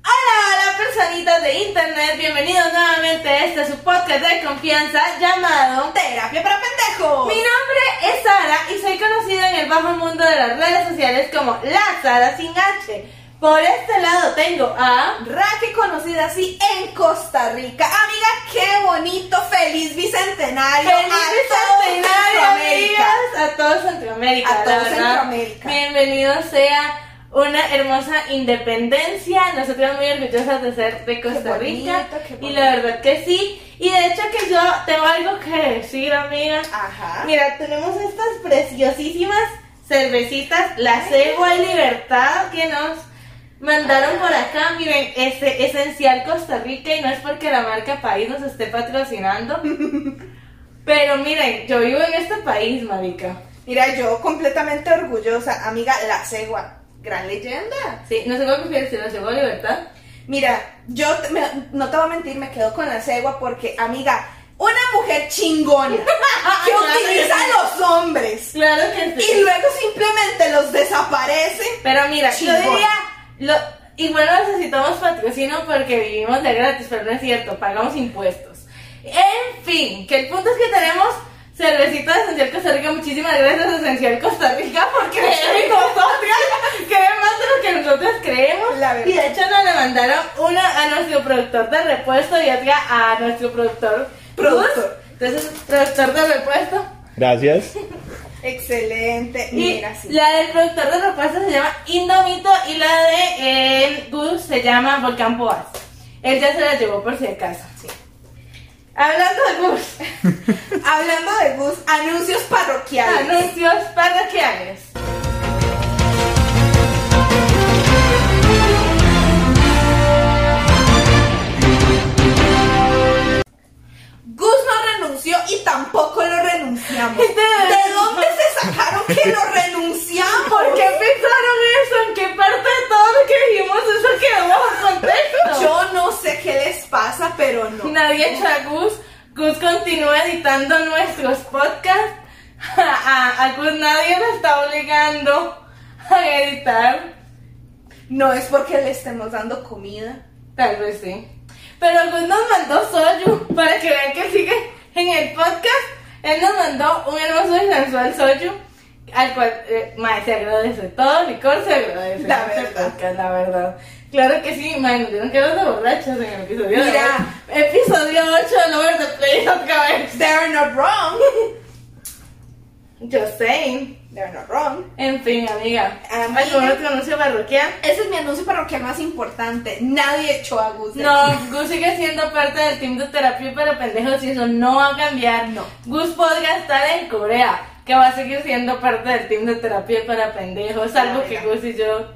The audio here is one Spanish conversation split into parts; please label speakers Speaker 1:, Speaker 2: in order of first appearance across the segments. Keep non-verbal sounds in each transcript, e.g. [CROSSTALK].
Speaker 1: Hola, hola, personitas de internet. Bienvenidos nuevamente a este su podcast de confianza llamado
Speaker 2: Terapia para pendejos.
Speaker 1: Mi nombre es Sara y soy conocida en el bajo mundo de las redes sociales como La Sara sin H. Por este lado tengo a.
Speaker 2: Raque conocida así en Costa Rica. Amiga, qué bonito, feliz bicentenario.
Speaker 1: Feliz
Speaker 2: todo
Speaker 1: bicentenario,
Speaker 2: Centroamérica.
Speaker 1: amigas, a todo Centroamérica.
Speaker 2: A
Speaker 1: la
Speaker 2: todo
Speaker 1: verdad.
Speaker 2: Centroamérica.
Speaker 1: Bienvenido sea una hermosa independencia. Nosotros muy orgullosas de ser de Costa
Speaker 2: bonito,
Speaker 1: Rica.
Speaker 2: qué
Speaker 1: y
Speaker 2: bonito.
Speaker 1: la verdad que sí. Y de hecho que yo tengo algo que decir, amiga.
Speaker 2: Ajá.
Speaker 1: Mira, tenemos estas preciosísimas cervecitas, la Cegua y Libertad, que nos mandaron por acá. Miren, es esencial Costa Rica y no es porque la marca País nos esté
Speaker 2: [LAUGHS]
Speaker 1: patrocinando. Pero miren, yo vivo en este país, marica.
Speaker 2: Mira, yo completamente orgullosa. Amiga, la cegua. Gran leyenda.
Speaker 1: Sí, no sé cómo prefiero decir la Cegua y Libertad.
Speaker 2: Mira, yo te- me- no te voy a mentir, me quedo con la cegua porque, amiga, una mujer
Speaker 1: [LAUGHS]
Speaker 2: chingona que
Speaker 1: Ah, Claro que
Speaker 2: utiliza
Speaker 1: sí.
Speaker 2: a los hombres
Speaker 1: Claro que sí.
Speaker 2: y luego simplemente los desaparece.
Speaker 1: Pero mira,
Speaker 2: Chingón.
Speaker 1: yo diría, lo, igual no necesitamos patrocinio porque vivimos de gratis, pero no es cierto, pagamos impuestos. En fin, que el punto es que tenemos cervecita de Esencial Costa Rica. Muchísimas gracias, Esencial Costa Rica, porque [LAUGHS] creen en nosotras, creen más de lo que nosotros creemos.
Speaker 2: La verdad.
Speaker 1: y de hecho nos le mandaron una a nuestro productor de repuesto y otra a nuestro productor.
Speaker 2: Productor.
Speaker 1: Entonces, productor de repuesto.
Speaker 3: Gracias.
Speaker 2: Excelente.
Speaker 1: Y
Speaker 2: Mira, sí.
Speaker 1: la del productor de repuesto se llama Indomito y la de eh, Gus se llama Volcán Poas. Él ya se la llevó por si acaso.
Speaker 2: Sí.
Speaker 1: Hablando de Gus,
Speaker 2: Hablando de Gus, anuncios parroquiales.
Speaker 1: anuncios parroquiales. Ah,
Speaker 2: Gus no renunció y tampoco lo renunciamos.
Speaker 1: Este [LAUGHS] de-
Speaker 2: ¿De dónde se sacaron que lo renunciamos?
Speaker 1: [LAUGHS] ¿Por qué pensaron eso? ¿En qué parte de todo lo que dijimos eso quedó bajo contexto?
Speaker 2: Yo no sé qué les pasa, pero no.
Speaker 1: Nadie echa a Gus. Gus continúa editando nuestros podcasts. [LAUGHS] A, a Gus nadie lo está obligando a editar.
Speaker 2: No es porque le estemos dando comida.
Speaker 1: Tal vez sí. Pero Gus nos mandó soyu [LAUGHS] para que vean que sigue en el podcast. Él nos mandó un hermoso y sensual soyu al cual eh, mae, se agradece todo licor, se agradece.
Speaker 2: La
Speaker 1: Este
Speaker 2: verdad.
Speaker 1: podcast, la verdad. Claro que sí, man, nos dieron que de borrachos en el episodio. de
Speaker 2: Mira.
Speaker 1: hoy. episodio 8 de Lover the Play otra vez.
Speaker 2: They're
Speaker 1: [LAUGHS]
Speaker 2: not wrong.
Speaker 1: Yo sé.
Speaker 2: They're not wrong.
Speaker 1: En fin, amiga.
Speaker 2: Amiga.
Speaker 1: ¿Algún otro anuncio parroquial?
Speaker 2: Ese es mi anuncio parroquial más importante. Nadie echó a Gus. de
Speaker 1: No,
Speaker 2: aquí.
Speaker 1: Gus sigue siendo parte del team de terapia para pendejos y eso no va a cambiar.
Speaker 2: No.
Speaker 1: Gus podría estar en Corea, que va a seguir siendo parte del team de terapia para pendejos, salvo
Speaker 2: La
Speaker 1: que
Speaker 2: verdad.
Speaker 1: Gus y yo,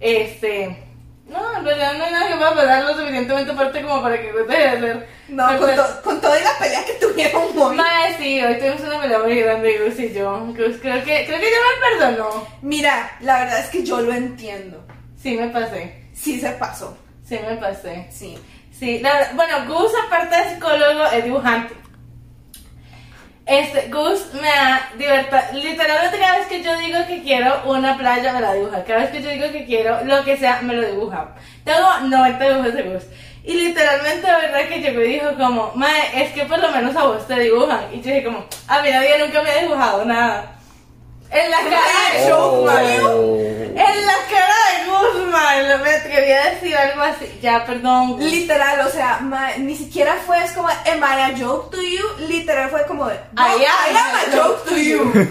Speaker 1: este... No, en realidad no hay nada que va a pasar lo suficientemente fuerte como para que Gus deje de ser...
Speaker 2: No, con, to- con toda la pelea que tuvieron hoy.
Speaker 1: Mae, sí, hoy tuvimos una pelea muy grande Gus y yo. Gus creo que, creo que ya me perdonó.
Speaker 2: Mira, la verdad es que yo lo entiendo.
Speaker 1: Sí me pasé,
Speaker 2: Sí se pasó.
Speaker 1: sí me pasé.
Speaker 2: Sí.
Speaker 1: Sí, la verdad- bueno, Gus aparte de psicólogo es dibujante. Este, Gus me ha divertido, literalmente cada vez que yo digo que quiero una playa me la dibuja, cada vez que yo digo que quiero lo que sea me lo dibuja. Tengo 90 dibujos de Gus. Y literalmente la verdad que llegó y dijo como, mae, es que por lo menos a vos te dibujan. Y yo dije como, a mí nadie nunca me ha dibujado nada. En la cara de
Speaker 3: Oh.
Speaker 1: Gus, mae. En la cara de Gus, mae, me atreví a decir algo así. Ya, perdón, Gus.
Speaker 2: Literal, o sea, ma- ni siquiera fue, es como, am I a joke to you? Literal fue como, de,
Speaker 1: I am
Speaker 2: "No, I am a joke to you.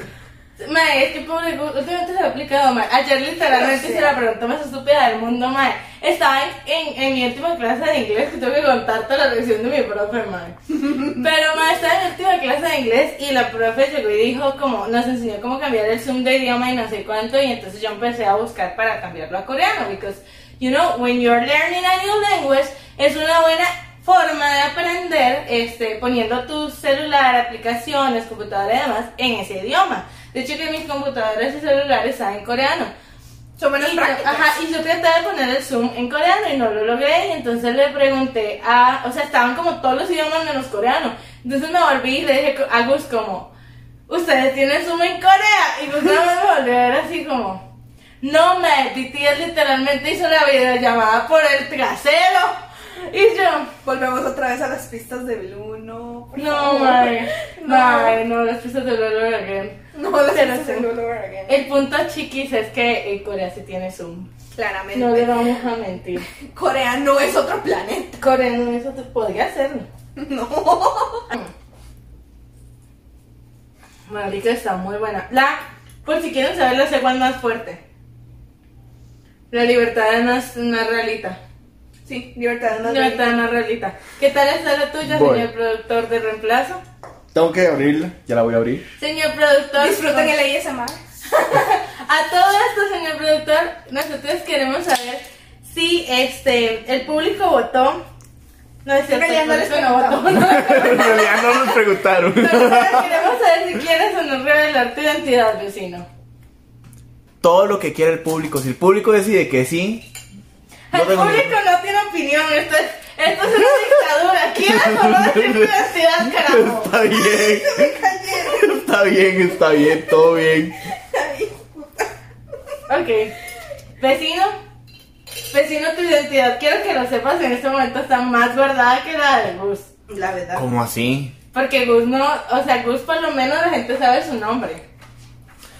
Speaker 1: Mae, es que pobre Gus, últimamente se lo he aplicado, mae. Ayer literalmente
Speaker 2: Sí.
Speaker 1: se la pregunta más estúpida del mundo, mae. Estaba en, en, en mi última clase de inglés, que tengo que contar toda la reacción de mi profe, mae. [LAUGHS] Pero, mae, estaba en mi última clase de inglés y la profe llegó y dijo como, nos enseñó cómo cambiar el Zoom de idioma y no sé cuánto, y entonces yo empecé a buscar para cambiarlo a coreano, because, you know, when you're learning a new language, es una buena forma de aprender este, poniendo tu celular, aplicaciones, computadora y demás en ese idioma. De hecho, que mis computadoras y celulares saben coreano.
Speaker 2: Son menos
Speaker 1: Y yo,
Speaker 2: prácticas.
Speaker 1: ajá, y yo traté de poner el Zoom en coreano y no lo logré. Y entonces le pregunté a. O sea, estaban como todos los idiomas menos coreano. Entonces me volví y le dije co- a Gus, como. Ustedes tienen Zoom en Corea. Y Gus nada más me volvió a ver así como. No, me BTS literalmente hizo la videollamada por el trasero. Y yo.
Speaker 2: Volvemos otra vez a las pistas del uno. por
Speaker 1: No,
Speaker 2: favor.
Speaker 1: mae.
Speaker 2: No.
Speaker 1: Mae, [LAUGHS] no, las pistas del olor again.
Speaker 2: No, las
Speaker 1: Pero
Speaker 2: pistas
Speaker 1: sí. Eh,
Speaker 2: del uno, again.
Speaker 1: El punto chiquis es que en Corea sí tiene Zoom.
Speaker 2: Claramente.
Speaker 1: No le vamos a mentir.
Speaker 2: Corea no es otro planeta.
Speaker 1: Corea no eso te podría hacerlo.
Speaker 2: [LAUGHS] No.
Speaker 1: Marica está muy buena. La, por si quieren saber, la segunda más fuerte. La libertad es una, una realita.
Speaker 2: Sí, libertad no
Speaker 1: La libertad es una realita. ¿Qué tal está la tuya,
Speaker 3: Voy.
Speaker 1: señor productor de reemplazo?
Speaker 3: Tengo que abrirla, ya la voy a abrir.
Speaker 1: Señor productor.
Speaker 2: Disfruten el e- ASMR.
Speaker 1: A todo esto, señor productor, nosotros queremos saber si este el público votó. No es cierto,
Speaker 2: En realidad
Speaker 1: el
Speaker 2: no les
Speaker 1: público no votó. [LAUGHS]
Speaker 3: En realidad no nos preguntaron.
Speaker 1: Nosotros queremos saber si quieres o no revelar tu identidad, vecino.
Speaker 3: Todo lo que quiera el público. Si el público decide que sí,
Speaker 1: El
Speaker 3: No tengo
Speaker 1: público no tiene opinión, esto es, esto es una dictadura. ¿Quieres o no decir tu identidad, carajo?
Speaker 3: está bien. Está bien, está bien, todo bien.
Speaker 1: Ok. Vecino, vecino, tu identidad, quiero que lo sepas, en este momento está más guardada que la de Gus.
Speaker 2: La verdad.
Speaker 3: ¿Cómo así?
Speaker 1: Porque Gus no, o sea, Gus por lo menos la gente sabe su nombre.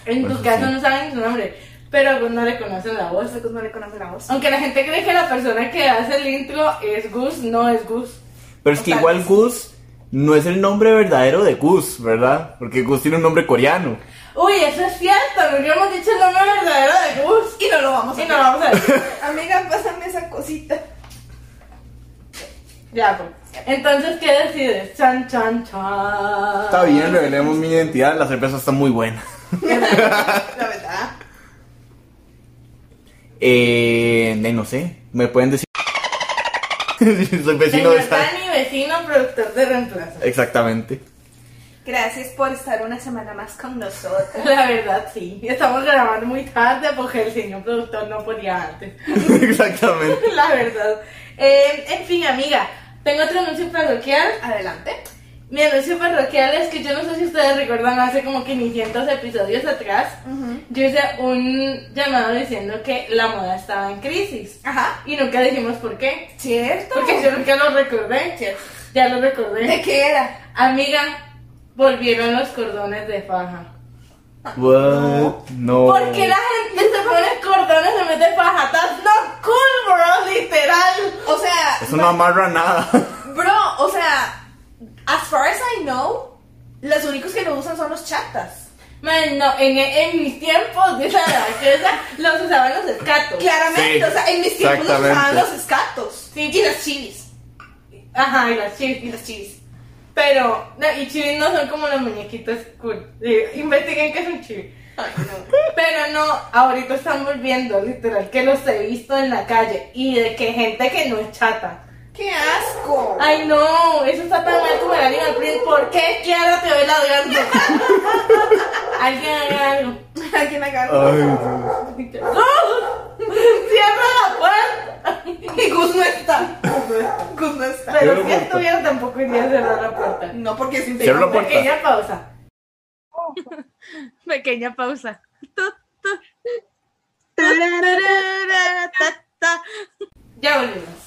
Speaker 1: En
Speaker 3: Pues
Speaker 1: tu caso
Speaker 3: sí.
Speaker 1: no saben su nombre, pero a Gus no le conocen la voz.
Speaker 2: Gus no le conoce la voz.
Speaker 1: Aunque la gente cree que la persona que hace el intro es Gus, no es Gus.
Speaker 3: Pero es que igual Gus no es el nombre verdadero de Gus, ¿verdad? Porque Gus tiene un nombre coreano.
Speaker 1: Uy, eso es cierto, nunca hemos dicho el nombre verdadero de Gus.
Speaker 2: Y no lo vamos a
Speaker 1: Y no lo vamos a
Speaker 2: [LAUGHS]
Speaker 1: decir.
Speaker 2: [LAUGHS] Amiga, pásame esa cosita.
Speaker 1: Ya, pues. Entonces, ¿qué decides? Chan, chan, chan.
Speaker 3: Está bien, revelemos mi identidad. La cerveza está muy buena.
Speaker 2: la verdad.
Speaker 3: Eh, eh, no sé, me pueden decir. [LAUGHS] Soy vecino
Speaker 1: Señor
Speaker 3: de esta.
Speaker 1: Dani, vecino, productor de reemplazo.
Speaker 3: Exactamente. [LAUGHS]
Speaker 2: Gracias por estar una semana más con nosotros.
Speaker 1: La verdad, sí. Estamos grabando muy tarde porque el señor productor no podía antes. [LAUGHS]
Speaker 3: Exactamente.
Speaker 1: La verdad. Eh, en fin, amiga, tengo otro anuncio parroquial.
Speaker 2: Adelante.
Speaker 1: Mi anuncio parroquial es que yo no sé si ustedes recuerdan hace como 500 episodios atrás, yo hice un llamado diciendo que la moda estaba en crisis.
Speaker 2: Ajá.
Speaker 1: Y nunca dijimos por qué.
Speaker 2: ¿Cierto?
Speaker 1: Porque yo nunca lo recordé. Ya- Ya lo
Speaker 2: ¿De
Speaker 1: recordé.
Speaker 2: qué era?
Speaker 1: Amiga, volvieron los cordones de faja.
Speaker 3: What? No.
Speaker 1: ¿Por qué la gente se pone cordones en vez de faja? That's not cool, bro, literal.
Speaker 2: O sea,
Speaker 3: Eso no amarra nada.
Speaker 2: bro, o sea, as far as I know, los únicos que lo usan son los chatas.
Speaker 1: Man, no, en, en mis tiempos de esa edad, que esa, los usaban los escatos.
Speaker 2: Claramente,
Speaker 3: Sí,
Speaker 2: o sea, en mis tiempos los
Speaker 3: exactamente.
Speaker 2: usaban los escatos.
Speaker 1: Sí.
Speaker 2: Y las chilis.
Speaker 1: Ajá, y las
Speaker 2: Y
Speaker 1: chivis.
Speaker 2: las chilis.
Speaker 1: Pero, no, y chivis no son como los muñequitos cool. Sí, investiguen qué es un chivis.
Speaker 2: Ay, no.
Speaker 1: Pero no, ahorita están volviendo, literal, que los he visto en la calle. Y de que gente que no es chata.
Speaker 2: [LAUGHS] ¡Qué asco!
Speaker 1: Ay, no, eso está tan mal como el animal print. ¿Por qué Kiara te ve ladrando? Alguien haga algo.
Speaker 2: [LAUGHS] Alguien agarra.
Speaker 3: Ay, Dios.
Speaker 1: ¡Gus! ¡Cierra la puerta!
Speaker 2: Y Gus no está. Gus no está.
Speaker 1: Pero
Speaker 3: Cierra la
Speaker 1: si
Speaker 3: puerta.
Speaker 1: estuviera tampoco iría a cerrar la puerta.
Speaker 2: No porque es
Speaker 3: Cierra la
Speaker 2: inteligente.
Speaker 3: puerta.
Speaker 1: Pequeña pausa. [LAUGHS] Pequeña pausa. [LAUGHS] Ya volvimos.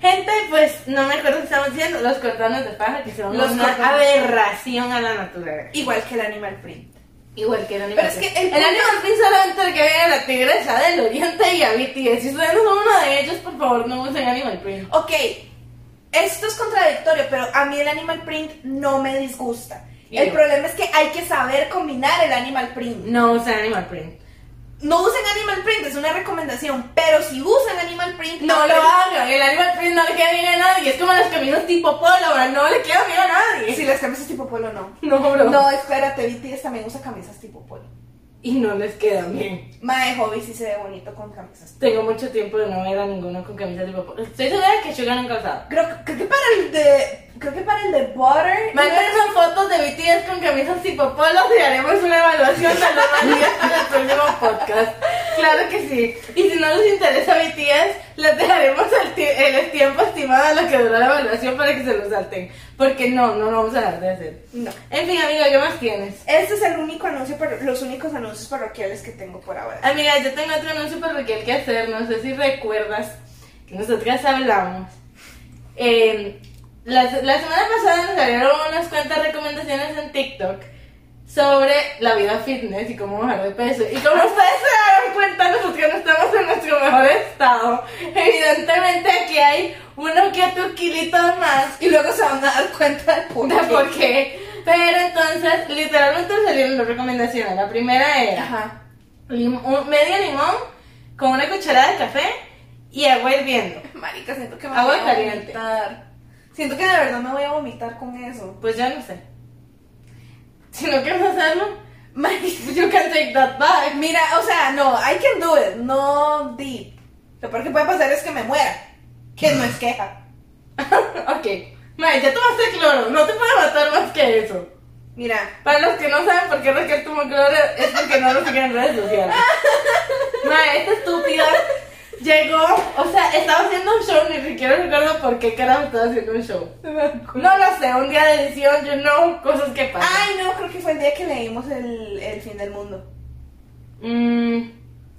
Speaker 1: Gente, pues no me acuerdo qué estamos diciendo. Los cordones de paja que son
Speaker 2: Los
Speaker 1: una
Speaker 2: cordones.
Speaker 1: aberración a la naturaleza.
Speaker 2: Igual que el animal print.
Speaker 1: Igual que el animal.
Speaker 2: Pero es que
Speaker 1: Print.
Speaker 2: el
Speaker 1: el,
Speaker 2: punto-
Speaker 1: animal print solamente el que ve a la tigresa del oriente y a BTS. Si ustedes no son uno de ellos, por favor, no usen animal print.
Speaker 2: Ok, esto es contradictorio, pero a mí el animal print no me disgusta.
Speaker 1: Y
Speaker 2: El
Speaker 1: yo,
Speaker 2: problema es que hay que saber combinar el animal print.
Speaker 1: No usan animal print.
Speaker 2: No usen animal print, es una recomendación, pero si usan animal print,
Speaker 1: No lo
Speaker 2: aprendan.
Speaker 1: hagan, el animal print no le queda bien a nadie. Es como las camisas tipo polo, bro, no le queda bien a nadie.
Speaker 2: Si las camisas tipo polo, no.
Speaker 1: No, bro.
Speaker 2: No, espérate, BTS también usa camisas tipo polo.
Speaker 1: Y no les quedan bien.
Speaker 2: Mae, Hobby sí se ve bonito con camisas.
Speaker 1: Tengo mucho tiempo de no ver a ninguno con camisa tipo polo. Estoy segura de que Sugar han calzado.
Speaker 2: Creo, creo que para el de. Creo que para el de Butter.
Speaker 1: Mándenos fotos de BTS con camisas tipo polo y haremos una evaluación de los BTS para el próximo podcast. Claro que sí. Y si no les interesa BTS, les dejaremos el, ti- el tiempo estimado de lo que duró la evaluación para que se lo salten. Porque no, no lo vamos a dejar de hacer.
Speaker 2: No.
Speaker 1: En fin, amiga, ¿qué más tienes?
Speaker 2: Este es el único anuncio, par- los únicos anuncios parroquiales que tengo por ahora.
Speaker 1: Amiga, yo tengo otro anuncio parroquial que hacer. No sé si recuerdas que nosotras hablamos. Eh, la, la semana pasada nos salieron unas cuantas recomendaciones en TikTok sobre la vida fitness y cómo bajar de peso. Y como ustedes se darán cuenta, nosotros no estamos en nuestro mejor estado. Evidentemente aquí hay uno que otro kilito más
Speaker 2: Y luego se van a dar cuenta del por
Speaker 1: de por qué. Pero entonces, literalmente salieron dos recomendaciones. La primera era
Speaker 2: Ajá.
Speaker 1: lim- un- medio limón con una cucharada de café y agua hirviendo.
Speaker 2: Marica, siento que me
Speaker 1: Agua
Speaker 2: voy a
Speaker 1: caliente.
Speaker 2: vomitar. Siento que de verdad me voy a vomitar con eso.
Speaker 1: Pues yo no sé. Si no quieres hacerlo, [LAUGHS] you can take that back.
Speaker 2: Mira, o sea, no, I can do it, no deep. Lo peor que puede pasar es que me muera. Que no es queja.
Speaker 1: ok. Mae, ya tomaste cloro, no te puedes matar más que eso.
Speaker 2: Mira,
Speaker 1: Para los que no saben por qué Raquel tomó cloro, es porque no lo siguen en redes sociales. Mae, esta estúpida llegó, o sea, estaba haciendo un show, ni siquiera recuerdo por qué carajo estaba haciendo un show. No lo sé, un día de edición, yo no, cosas que pasan.
Speaker 2: ay no, creo que fue el día que leímos el, el fin del mundo.
Speaker 1: Mm,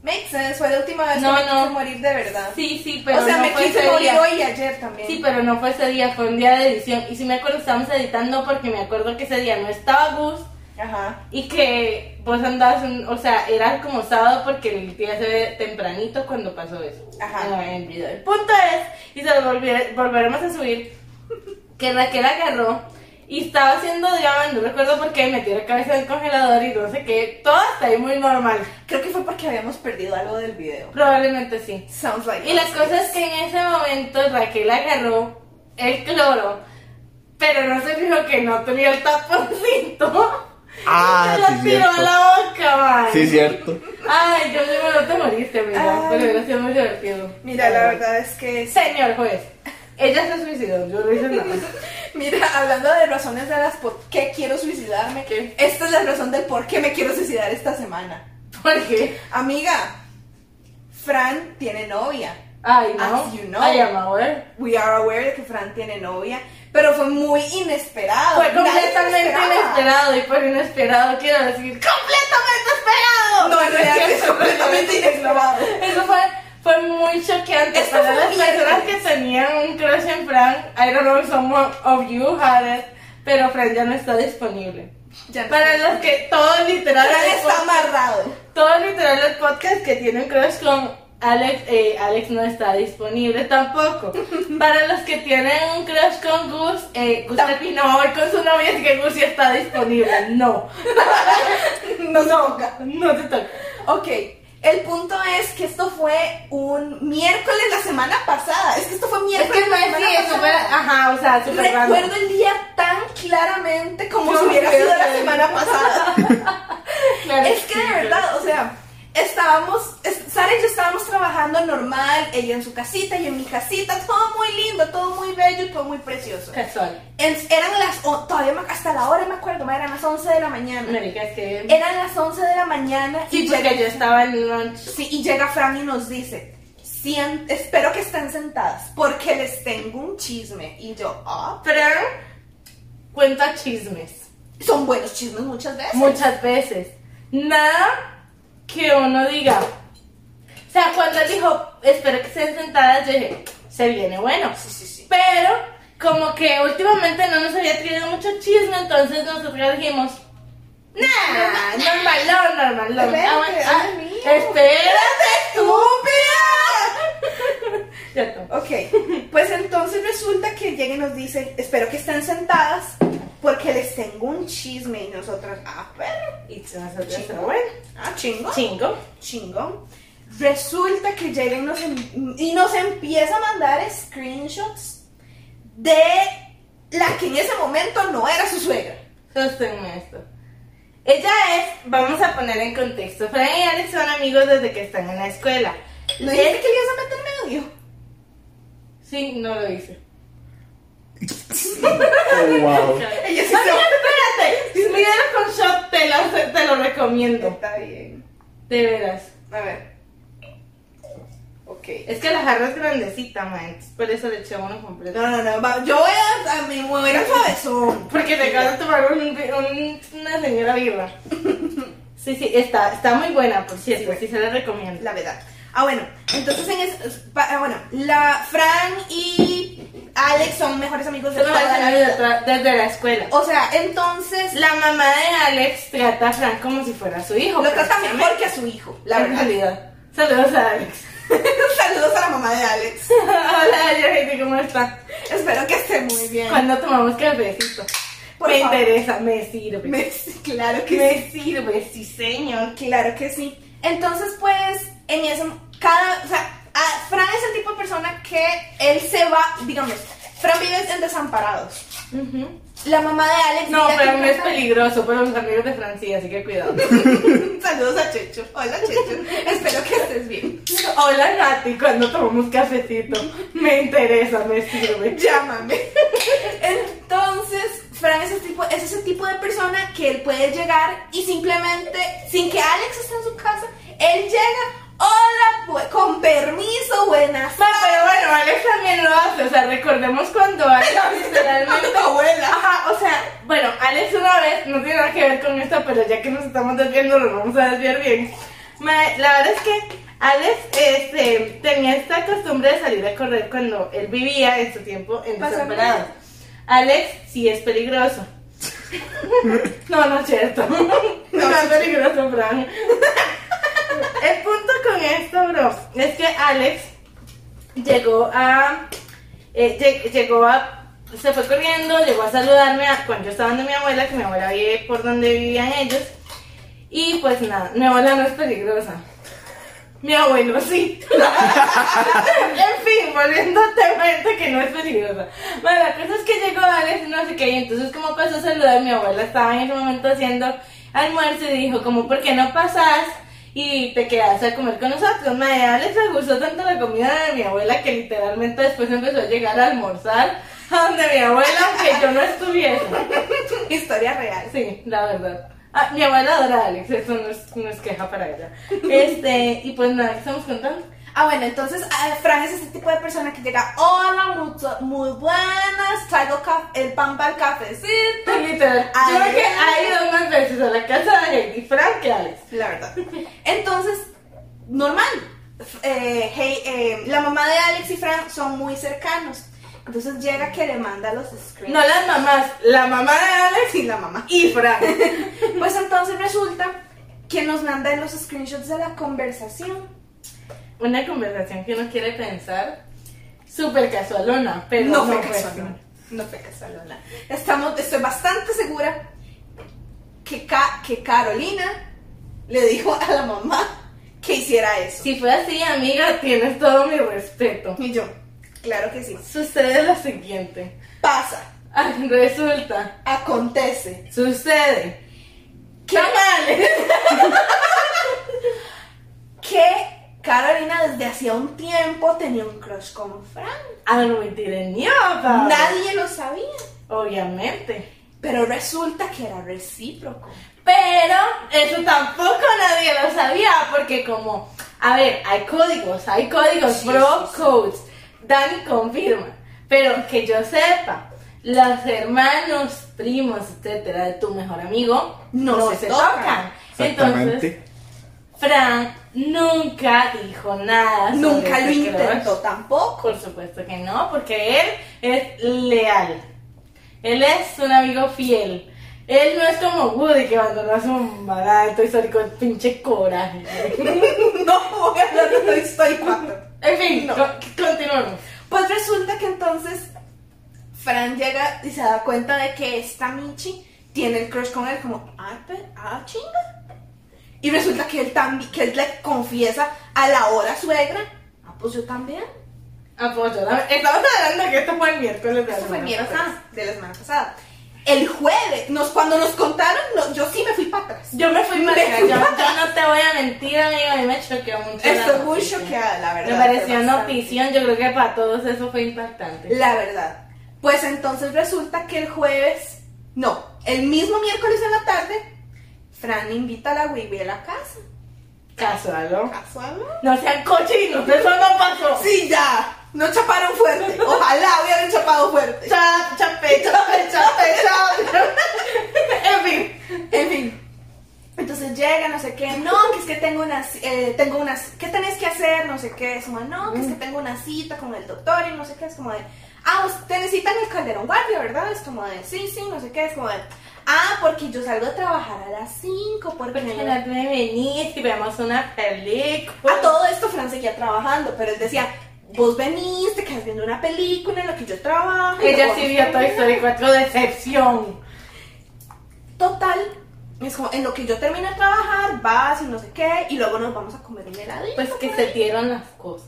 Speaker 2: Makes sense, fue la última vez
Speaker 1: No,
Speaker 2: que me
Speaker 1: no.
Speaker 2: quise morir de verdad.
Speaker 1: sí, sí, pero
Speaker 2: o sea,
Speaker 1: no
Speaker 2: me
Speaker 1: fue
Speaker 2: quise
Speaker 1: ese
Speaker 2: morir
Speaker 1: día.
Speaker 2: hoy y ayer también.
Speaker 1: Sí, pero no fue ese día, fue un día de edición. Y sí me acuerdo que estábamos editando porque me acuerdo que ese día no estaba Gus
Speaker 2: Ajá.
Speaker 1: y que vos andabas, un- o sea, era como sábado porque el día se ve tempranito cuando pasó eso.
Speaker 2: Ajá.
Speaker 1: No, en video. El punto es, y se lo volvi- volveremos a subir, [LAUGHS] que Raquel agarró y estaba haciendo drama, no recuerdo por qué, metió la cabeza en el congelador y no sé qué, todo está ahí muy normal.
Speaker 2: Creo que fue porque habíamos perdido algo del video.
Speaker 1: Probablemente sí.
Speaker 2: Sounds like
Speaker 1: Y la cosa es que en ese momento Raquel agarró el cloro, pero no se fijó que no tenía el taponcito.
Speaker 3: [LAUGHS] Ah,
Speaker 1: se lo
Speaker 3: sí,
Speaker 1: tiró a
Speaker 3: cierto.
Speaker 1: la boca, man.
Speaker 3: Sí, cierto.
Speaker 1: Ay, yo digo, no te moriste, amiga,
Speaker 2: Ay.
Speaker 1: pero hubiera sido muy divertido.
Speaker 2: Mira, la verdad es que
Speaker 1: Señor juez, ella se suicidó, yo no hice nada. [LAUGHS]
Speaker 2: Mira, hablando de razones de las por qué quiero suicidarme,
Speaker 1: ¿Qué?
Speaker 2: esta es la razón del por qué me quiero suicidar esta semana.
Speaker 1: ¿Por qué?
Speaker 2: Amiga, Fran tiene novia.
Speaker 1: Ay, no.
Speaker 2: As you know.
Speaker 1: I am aware.
Speaker 2: We are aware de que Fran tiene novia, pero fue muy inesperado.
Speaker 1: Fue
Speaker 2: Nadie se
Speaker 1: completamente
Speaker 2: esperaba.
Speaker 1: inesperado y por inesperado quiero decir ¡Completamente esperado!
Speaker 2: No, en realidad es completamente inesperado.
Speaker 1: Eso fue, fue muy choqueante
Speaker 2: Esto
Speaker 1: para
Speaker 2: fue
Speaker 1: las
Speaker 2: viernes.
Speaker 1: personas que tenían un crush en Fran. I don't know if some of you had it, pero Fran ya no está disponible.
Speaker 2: Ya no
Speaker 1: para
Speaker 2: está
Speaker 1: los que todo literal
Speaker 2: Fran
Speaker 1: el
Speaker 2: está
Speaker 1: podcast-
Speaker 2: amarrado.
Speaker 1: todo literal el podcast que tiene un crush con Alex, eh, Alex no está disponible
Speaker 2: [LAUGHS]
Speaker 1: tampoco. Para los que tienen un crush con Gus, eh, Gus
Speaker 2: Tam-
Speaker 1: Epi no va a ir con su novia, así que Gus sí está disponible. No,
Speaker 2: No, no.
Speaker 1: no te toca.
Speaker 2: Ok, el punto es que esto fue un miércoles la semana pasada. Es que esto fue
Speaker 1: Es
Speaker 2: miércoles
Speaker 1: que no
Speaker 2: la
Speaker 1: es
Speaker 2: semana
Speaker 1: sí, eso fue,
Speaker 2: pasada.
Speaker 1: ajá, o sea, super random.
Speaker 2: Recuerdo el día tan claramente como
Speaker 1: Yo
Speaker 2: si hubiera
Speaker 1: creo
Speaker 2: sido la
Speaker 1: que- [LAUGHS]
Speaker 2: semana pasada.
Speaker 1: Claro
Speaker 2: es que de
Speaker 1: sí,
Speaker 2: verdad, o sea, estábamos, es- Sara y yo estábamos trabajando normal, ella en su casita, yo en mi casita, todo muy lindo, todo muy bello, y todo muy precioso.
Speaker 1: Casual.
Speaker 2: En- eran las, o- todavía me- hasta la hora me acuerdo, ma, eran las 11 de la mañana.
Speaker 1: Marica, es que.
Speaker 2: Eran las 11 de la mañana
Speaker 1: sí,
Speaker 2: y
Speaker 1: porque
Speaker 2: llega-
Speaker 1: yo estaba en lunch.
Speaker 2: Sí, y llega Fran y nos dice, "Sien- espero que estén sentadas porque les tengo un chisme. Y yo, ah,
Speaker 1: Pero cuenta chismes.
Speaker 2: son buenos chismes muchas veces.
Speaker 1: Muchas veces. Nada que uno diga. O sea, cuando él dijo, espero que estén sentadas, yo dije, se viene bueno.
Speaker 2: Sí, sí, sí.
Speaker 1: Pero, como que últimamente no nos había traído mucho chisme, entonces nosotros dijimos, "Ah, nah, normalón, normalón.
Speaker 2: Espérate,
Speaker 1: Ah, bueno, ah,
Speaker 2: Dios mío.
Speaker 1: espérate tú.
Speaker 2: ¡Estúpida!
Speaker 1: Ya tomo.
Speaker 2: Ok, pues entonces resulta que llega y nos dice, espero que estén sentadas. Porque les tengo un chisme y nosotras, ah, perro,
Speaker 1: Y nosotros
Speaker 2: chingón.
Speaker 1: bueno.
Speaker 2: Ah, chingón.
Speaker 1: Chingo.
Speaker 2: chingón. Resulta que Jalen nos, em- y nos empieza a mandar screenshots de la que en ese momento no era su suegra.
Speaker 1: Sosténme esto. Ella es, vamos a poner en contexto, Frank y Alex son amigos desde que están en la escuela.
Speaker 2: ¿No
Speaker 1: Él-
Speaker 2: dijiste que le ibas a meter medio?
Speaker 1: Sí, no lo hice.
Speaker 3: Oh,
Speaker 1: [LAUGHS]
Speaker 3: wow.
Speaker 2: Ella sí
Speaker 1: No,
Speaker 2: se-
Speaker 1: mira, espérate. Míralo con shot, te lo, te lo recomiendo.
Speaker 2: Está bien.
Speaker 1: De veras.
Speaker 2: A ver. Ok.
Speaker 1: Es que la jarra es grandecita, man. entonces Por eso le eché uno completo.
Speaker 2: No, no, no. va- Yo voy a, a mi mover a suavezón.
Speaker 1: Porque te acabas de tomar un- un- una señora birra. Sí, sí, está, está muy buena, por cierto.
Speaker 2: Sí,
Speaker 1: Sí, se la recomiendo.
Speaker 2: La verdad. Ah, bueno. Entonces, en es, pa- ah, bueno, la Fran y Alex son mejores amigos de
Speaker 1: Solo
Speaker 2: toda la vida.
Speaker 1: desde la escuela.
Speaker 2: O sea, entonces
Speaker 1: La mamá de Alex trata a Frank como si fuera su hijo.
Speaker 2: lo trata
Speaker 1: prácticamente.
Speaker 2: mejor que a su hijo, la
Speaker 1: En
Speaker 2: verdad. [LAUGHS]
Speaker 1: realidad. Saludos a Alex. [LAUGHS]
Speaker 2: Saludos a la mamá de Alex.
Speaker 1: Hola, Jorge, ¿cómo está?
Speaker 2: Espero que esté muy bien.
Speaker 1: Cuando tomamos cafecito.
Speaker 2: Por
Speaker 1: me
Speaker 2: favor.
Speaker 1: interesa, me sirve.
Speaker 2: [LAUGHS] Me- claro que sí.
Speaker 1: Me sirve, sí, señor.
Speaker 2: Claro que sí. Entonces, pues, en eso, cada, o sea, a- Fran es el tipo de persona que él se va, digamos, Fran vive en desamparados.
Speaker 1: Ujú.
Speaker 2: La mamá de Alex.
Speaker 1: No,
Speaker 2: vive aquí
Speaker 1: pero
Speaker 2: en
Speaker 1: no es
Speaker 2: Costa-
Speaker 1: peligroso, pero los amigos de Francia, así que cuidado. [LAUGHS]
Speaker 2: [LAUGHS] Saludos a Checho. [LAUGHS] Hola, Checho. Espero que estés bien.
Speaker 1: Hola, Nati, cuando tomamos cafecito. Me interesa, me sirve.
Speaker 2: [LAUGHS] Llámame. [LAUGHS] Entonces, Fran es, el tipo, es ese tipo de persona que él puede llegar y simplemente, sin que Alex esté en su casa, él llega, hola, bu- con permiso, [LAUGHS] buenas
Speaker 1: Ma, Pero bueno, Alex también lo hace, o sea, recordemos cuando Alex literalmente...
Speaker 2: tu abuela.
Speaker 1: Ajá, o sea, bueno, Alex una vez, no tiene nada que ver con esto, pero ya que nos estamos desviando, nos vamos a desviar bien. Ma- la verdad es que Alex este, tenía esta costumbre de salir a correr cuando él vivía en su tiempo en
Speaker 2: Pásame.
Speaker 1: desamparados. Alex sí es [LAUGHS] peligroso. no, no es cierto. [LAUGHS] no es peligroso, Fran. [LAUGHS] El punto con esto, bro, es que Alex llegó a. eh, lle- llegó a. Se fue corriendo, llegó a saludarme a- cuando yo estaba donde mi abuela, que mi abuela vive por donde vivían ellos. Y pues nada, mi abuela no es peligrosa. Mi abuelo sí. en fin, volviendo al tema este que no es peligrosa. Bueno, la cosa es que llegó Alex y no sé qué, y entonces como pasó a saludar, mi abuela estaba en ese momento haciendo almuerzo y dijo como, ¿por qué no pasas? Y te quedas a comer con nosotros. Madre, a Alex le gustó tanto la comida de mi abuela que literalmente después empezó a llegar a almorzar a donde mi abuela, que yo no estuviese.
Speaker 2: Historia real.
Speaker 1: Sí, la verdad. Ah, mi abuela adora a Alex, eso no es, no es queja para ella. Este, y pues nada, ¿qué estamos contando?
Speaker 2: Ah, bueno, entonces ah, Fran es ese tipo de persona que llega, hola, mucho- muy buenas, traigo ca- el pan para el cafecito.
Speaker 1: Literal.
Speaker 2: Ay.
Speaker 1: Yo creo que ha ido más veces a la casa de Heidi Frank que Alex.
Speaker 2: La verdad. Entonces, normal. F- eh, hey, eh, la mamá de Alex y Fran son muy cercanos. Entonces llega que le manda los screens. [LAUGHS]
Speaker 1: No las mamás, la mamá de Alex
Speaker 2: sí, la mamá.
Speaker 1: y Frank.
Speaker 2: [LAUGHS] Pues entonces resulta que nos manda los screenshots de la conversación.
Speaker 1: Una conversación que uno quiere pensar súper casualona, pero no,
Speaker 2: no, fue
Speaker 1: pues,
Speaker 2: casual. No fue casualona. Estamos, estoy bastante segura que, Ca- que Carolina le dijo a la mamá que hiciera eso.
Speaker 1: Si fue así, amiga, tienes todo mi respeto.
Speaker 2: Y yo, claro que sí.
Speaker 1: Sucede lo siguiente.
Speaker 2: Pasa,
Speaker 1: Ah, Resulta,
Speaker 2: acontece.
Speaker 1: sucede.
Speaker 2: ¿Qué? que Carolina desde hacía un tiempo tenía un crush con Frank.
Speaker 1: Ah, no mentira, ni papá.
Speaker 2: Nadie lo sabía.
Speaker 1: Obviamente.
Speaker 2: Pero resulta que era recíproco.
Speaker 1: Pero eso tampoco nadie lo sabía, porque como, a ver, hay códigos, hay códigos,
Speaker 2: Sí,
Speaker 1: bro
Speaker 2: sí, sí.
Speaker 1: codes. Dani confirma. Pero que yo sepa, los hermanos, primos, etcétera, de tu mejor amigo
Speaker 2: No
Speaker 1: no,
Speaker 2: se
Speaker 1: se,
Speaker 2: tocan.
Speaker 1: tocan. Entonces,
Speaker 3: Exactamente.
Speaker 1: Fran nunca dijo nada. sobre
Speaker 2: Nunca lo
Speaker 1: ese
Speaker 2: intentó
Speaker 1: este crush.
Speaker 2: tampoco. [LAUGHS]
Speaker 1: Por supuesto que no, porque él es leal. Él es un amigo fiel. Él no es como Woody que abandonó a su barato y salió con pinche coraje.
Speaker 2: No voy a hablar de Toy Story 4.
Speaker 1: [LAUGHS] En fin,
Speaker 2: No.
Speaker 1: co- continuemos.
Speaker 2: Pues resulta que entonces Fran llega y se da cuenta de que esta Michi tiene el crush con él, como, ah, pe- ah, chinga. Y resulta que él, también, que él le confiesa a la hora suegra, ah, pues yo también.
Speaker 1: Apoyo. la- Estamos hablando de que esto fue el miércoles. de la
Speaker 2: Eso fue el
Speaker 1: semana
Speaker 2: miércoles
Speaker 1: pasada.
Speaker 2: de la semana pasada. El jueves, nos, cuando nos contaron, no, yo sí me fui para atrás.
Speaker 1: Yo me fui
Speaker 2: Me [LAUGHS]
Speaker 1: marica,
Speaker 2: fui
Speaker 1: yo,
Speaker 2: para
Speaker 1: yo no te voy a mentir, amiga, a mí me choqueó mucho. la
Speaker 2: Estoy muy
Speaker 1: noticia.
Speaker 2: choqueada, la
Speaker 1: Me
Speaker 2: verdad.
Speaker 1: pareció
Speaker 2: bastante.
Speaker 1: notición, yo creo que para todos eso fue impactante.
Speaker 2: La verdad. Pues entonces resulta que el jueves, no, el mismo miércoles en la tarde, Fran invita a la Wiwi a la casa.
Speaker 1: Casual, ¿no?
Speaker 2: ¿Casual?
Speaker 1: No sean cochinos, eso no pasó.
Speaker 2: Sí, ya. No chaparon [LAUGHS] fuerte. Ojalá hubieran chapado fuerte.
Speaker 1: Chap, chape, chape, chape, chape. en fin.
Speaker 2: En fin. Entonces llega, no sé qué, no, que es que tengo unas, eh, tengo unas, ¿qué tenés que hacer? No sé qué, es como, no, que es que tengo una cita con el doctor y no sé qué, es como de, ah, usted necesita en el Calderón Guardia, ¿verdad? Es como de, sí, sí, no sé qué, es como de, ah, porque yo salgo a trabajar a las 5, porque...
Speaker 1: Porque no te venís y vemos una película.
Speaker 2: A todo esto Fran seguía trabajando, pero él decía, vos venís, te quedas viendo una película en la que yo trabajo. y
Speaker 1: Ella
Speaker 2: luego
Speaker 1: sí
Speaker 2: vamos
Speaker 1: vio
Speaker 2: para
Speaker 1: Toy
Speaker 2: allá".
Speaker 1: Story 4, decepción.
Speaker 2: Total, es como, en lo que yo termino de trabajar, vas y no sé qué, y luego nos vamos a comer un heladito.
Speaker 1: Pues que
Speaker 2: por
Speaker 1: se
Speaker 2: ahí.
Speaker 1: dieron las cosas.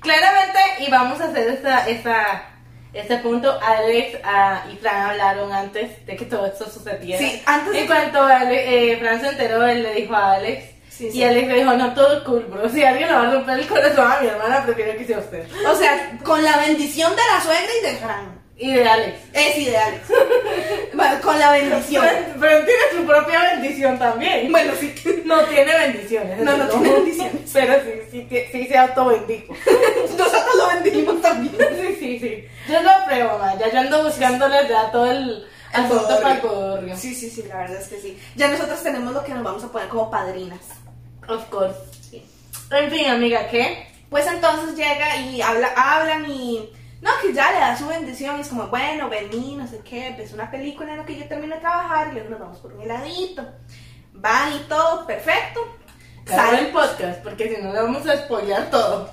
Speaker 1: Claramente, y vamos a hacer esta, esta, este punto, Alex ah, y Fran hablaron antes de que todo esto sucediera.
Speaker 2: Sí, antes de
Speaker 1: En
Speaker 2: que-
Speaker 1: cuanto Ale- eh, Fran se enteró, él le dijo a Alex,
Speaker 2: Sí,
Speaker 1: y
Speaker 2: sí.
Speaker 1: Alex le dijo, no, todo cool, bro, si alguien le va a romper el corazón a mi hermana, prefiero que sea usted.
Speaker 2: O sea, con la bendición de la suegra y de Fran.
Speaker 1: Y de Alex.
Speaker 2: Es [LAUGHS] ideal. bueno, con la bendición.
Speaker 1: Fran, Fran tiene su propia bendición también.
Speaker 2: Bueno, sí.
Speaker 1: No tiene bendiciones.
Speaker 2: No, no
Speaker 1: eso
Speaker 2: tiene bendiciones.
Speaker 1: Pero sí, sí, sí, sí se autobendijo.
Speaker 2: [LAUGHS] Nosotros lo bendijimos también.
Speaker 1: Sí, sí, sí. Yo lo apruebo, ma. Ya yo ando buscándole ya todo el asunto
Speaker 2: Codorrio.
Speaker 1: para el codorrio.
Speaker 2: Sí, sí, sí, la verdad es que sí. Ya nosotros tenemos lo que nos vamos a poner como padrinas.
Speaker 1: Of course. En fin, amiga, ¿qué?
Speaker 2: Pues entonces llega y habla, hablan y. No, que ya le da su bendición. Y es como, bueno, vení, no sé qué, ves una película en la que yo termino de trabajar y luego nos vamos por un heladito. Van y todo, perfecto.
Speaker 1: Sale el
Speaker 2: Salen.
Speaker 1: podcast, porque si no le vamos a spoilear todo.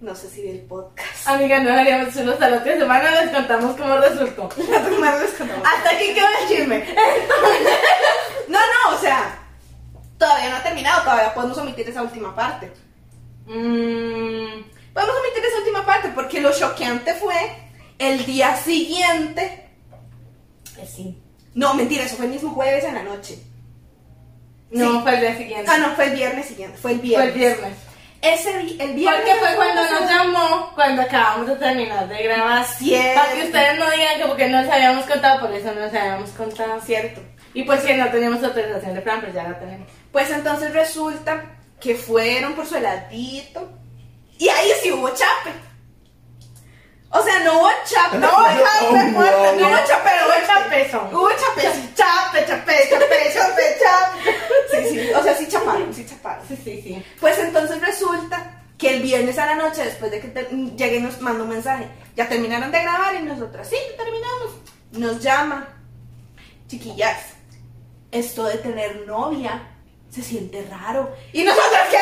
Speaker 2: No sé si del podcast.
Speaker 1: Amiga, no deberíamos hacerlo hasta la otra semana, les contamos cómo resultó.
Speaker 2: No, les contamos.
Speaker 1: Hasta aquí quedó el chisme.
Speaker 2: [LAUGHS] no, no, o sea, todavía no ha terminado, todavía podemos omitir esa última parte.
Speaker 1: Mm,
Speaker 2: Podemos omitir esa última parte porque lo choqueante fue el día siguiente.
Speaker 1: pues sí.
Speaker 2: No, mentira, eso fue el mismo jueves en la noche.
Speaker 1: No,
Speaker 2: Sí.
Speaker 1: fue el día siguiente.
Speaker 2: Ah, no, fue el viernes siguiente, fue el
Speaker 1: Fue
Speaker 2: viernes.
Speaker 1: el viernes.
Speaker 2: Ese vi- el viernes.
Speaker 1: Porque fue cuando nos llamó, cuando acabamos de terminar de grabar.
Speaker 2: Cierto.
Speaker 1: Para que ustedes no digan que porque no les habíamos contado, por eso no les habíamos contado.
Speaker 2: Cierto.
Speaker 1: Y pues que no teníamos autorización de plan, pero ya la tenemos.
Speaker 2: Pues entonces resulta que fueron por su heladito y ahí sí hubo chape. O sea, no hubo chape, no hubo chape,
Speaker 3: No,
Speaker 2: fuerte, no
Speaker 3: no.
Speaker 2: hubo chape,
Speaker 1: Pero
Speaker 2: hubo
Speaker 1: el
Speaker 2: chape.
Speaker 1: chapezón.
Speaker 2: Hubo chape, sí, chape, chape, chape, chape, chape. Sí, sí, o sea, sí chaparon, sí chaparon.
Speaker 1: Sí, sí, sí.
Speaker 2: Pues entonces resulta que el viernes a la noche, después de que te- llegué, nos mandó un mensaje. Ya terminaron de grabar y nosotras, sí, ya terminamos. Nos llama. Chiquillas, esto de tener novia se siente raro. ¿Y nosotras qué?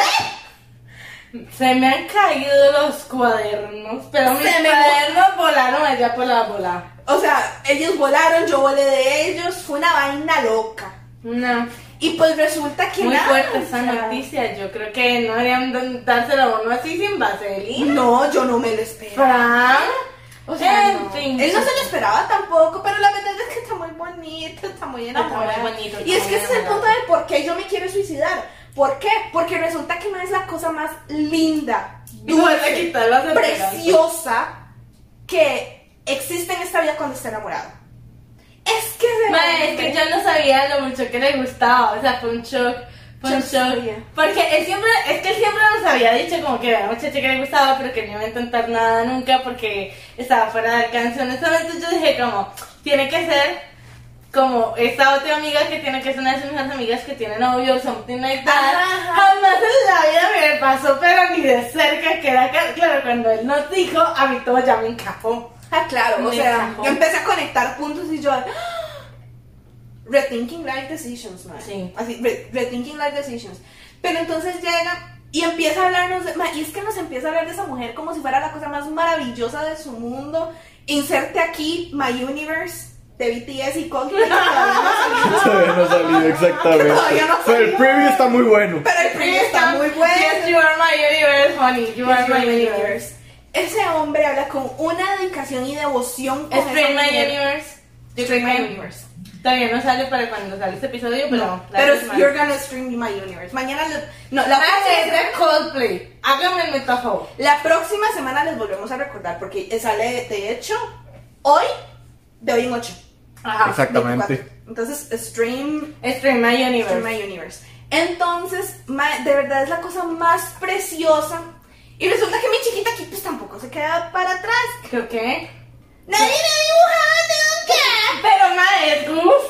Speaker 1: Se me han caído los cuadernos, pero mis
Speaker 2: Se me-
Speaker 1: cuadernos volaron allá por la bola.
Speaker 2: O sea, ellos volaron, yo volé de ellos, fue una vaina loca.
Speaker 1: No,
Speaker 2: Y pues resulta que
Speaker 1: muy
Speaker 2: nada,
Speaker 1: fuerte
Speaker 2: o
Speaker 1: esa
Speaker 2: sea,
Speaker 1: noticia. Yo creo que no deberían d- dársela a uno así sin vaselina.
Speaker 2: No, yo no me lo espero.
Speaker 1: Fran.
Speaker 2: O sea,
Speaker 1: en
Speaker 2: no.
Speaker 1: fin.
Speaker 2: Él no se lo esperaba tampoco, pero la verdad es que está muy bonito, está muy enamorado.
Speaker 1: muy bonito, está
Speaker 2: y es
Speaker 1: muy
Speaker 2: que ese es el
Speaker 1: enamorado.
Speaker 2: punto del por qué yo me quiero suicidar. ¿Por qué? Porque resulta que no es la cosa más linda,
Speaker 1: Y no le
Speaker 2: dulce,
Speaker 1: quitar las esperanzas.
Speaker 2: preciosa que existe en esta vida cuando está enamorado. Es que de
Speaker 1: Madre, es que
Speaker 2: verdad-
Speaker 1: yo no sabía lo mucho que le gustaba, o sea, fue un shock, fue un
Speaker 2: Yo
Speaker 1: shock.
Speaker 2: sabía.
Speaker 1: Porque él siempre, es que él siempre nos había dicho como que era una muchacha que le gustaba, pero que no iba a intentar nada nunca porque estaba fuera de alcance. Honestamente yo dije como, tiene que ser como esta otra amiga que tiene que ser una de sus mejores amigas que tiene novio o something like that.
Speaker 2: Ajá, ajá.
Speaker 1: Jamás en la vida me pasó, pero ni de cerca, que era ca- claro, cuando él nos dijo, a mí todo ya me encajó.
Speaker 2: Ah, claro, o
Speaker 1: Me
Speaker 2: sea,
Speaker 1: encajó.
Speaker 2: yo empecé a conectar puntos y yo. ¡ah! Rethinking life decisions, man.
Speaker 1: Sí.
Speaker 2: Así, re- rethinking life decisions. Pero entonces llega y empieza a hablarnos. de- ma, y es que nos empieza a hablar de esa mujer como si fuera la cosa más maravillosa de su mundo. inserte aquí My Universe de BTS y Coldplay. todavía
Speaker 1: [LAUGHS]
Speaker 2: no salió.
Speaker 3: Todavía no ha salido exactamente.
Speaker 2: Todavía no ha
Speaker 3: Pero el
Speaker 2: salido.
Speaker 3: preview está muy bueno.
Speaker 2: Pero el premio está muy bueno.
Speaker 1: Yes, you are my universe, honey. You are
Speaker 2: Yes,
Speaker 1: my
Speaker 2: you're my
Speaker 1: universe.
Speaker 2: universe. Ese hombre habla con una dedicación y devoción. con
Speaker 1: Strain
Speaker 2: esa
Speaker 1: my
Speaker 2: mujer.
Speaker 1: universe.
Speaker 2: Strain
Speaker 1: Strain
Speaker 2: my
Speaker 1: my universe. Todavía no sale para cuando sale este episodio, pero.
Speaker 2: No,
Speaker 1: la Ah,
Speaker 2: pero
Speaker 1: próxima.
Speaker 2: you're gonna stream my universe. Mañana, lo- no, la
Speaker 1: La frase es
Speaker 2: próxima,
Speaker 1: de Coldplay. Hágame el metajo.
Speaker 2: la próxima semana les volvemos a recordar porque sale de hecho hoy, de hoy en 8.
Speaker 1: Ajá.
Speaker 3: Exactamente.
Speaker 2: 24. Entonces, stream
Speaker 1: Strain my universe.
Speaker 2: Stream My Universe. Entonces, ma- de verdad es la cosa más preciosa. Y resulta que mi chiquita aquí pues tampoco se queda para atrás.
Speaker 1: ¿Qué? qué?
Speaker 2: Nadie me dibuja nunca.
Speaker 1: Pero madre, Gus.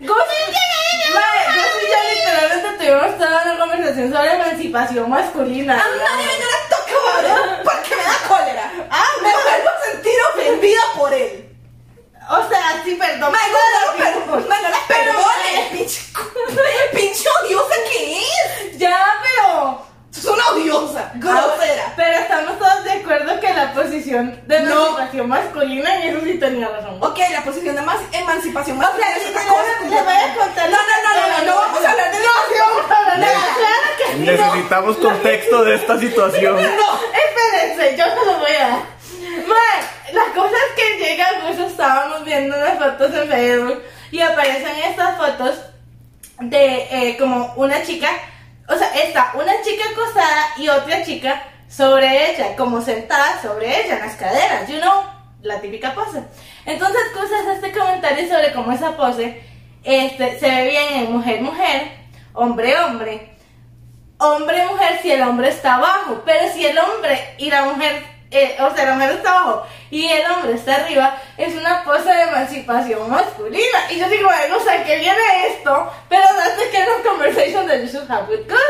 Speaker 1: Gus. Madre, Gus y yo literalmente tuvimos toda una conversación sobre emancipación masculina.
Speaker 2: A mí nadie me la toca, ¿verdad? Porque me da cólera. Ah, me vuelvo a sentir ofendida por él.
Speaker 1: O sea, sí, perdón.
Speaker 2: Mae, no, no, no,
Speaker 1: Pero-
Speaker 2: no, no, no,
Speaker 1: pero-
Speaker 2: perdone, pinche, pinche odiosa que es.
Speaker 1: Ya, pero.
Speaker 2: Es una odiosa, grosera.
Speaker 1: Pero estamos todos de acuerdo que la posición de
Speaker 2: No.
Speaker 1: emancipación masculina en eso sí tenía razón.
Speaker 2: Ok, la posición de más emancipación.
Speaker 1: O sea,
Speaker 2: es otra
Speaker 1: literal,
Speaker 2: cosa
Speaker 1: le voy a contar-
Speaker 2: No, no, no, no, no, no vamos a hablar de
Speaker 1: No, sí vamos a hablar de-
Speaker 3: No.
Speaker 1: Claro que sí, no.
Speaker 3: Necesitamos contexto de esta situación.
Speaker 1: No, [LAUGHS] espérense, yo se lo voy a dar. Mae, la cosa es que llega Gus, estábamos viendo unas fotos en Facebook y aparecen estas fotos de eh, como una chica, o sea, está una chica acostada y otra chica sobre ella, como sentada sobre ella en las caderas, you know, la típica pose. Entonces Gus hace este comentario sobre cómo esa pose este, se ve bien en mujer-mujer, hombre-hombre hombre mujer si el hombre está abajo, pero si el hombre y la mujer, eh, o sea, la mujer está abajo y el hombre está arriba, es una pose de emancipación masculina. Y yo digo, bueno, o sea, que viene esto, pero that's que kind of conversation that you should have with girls.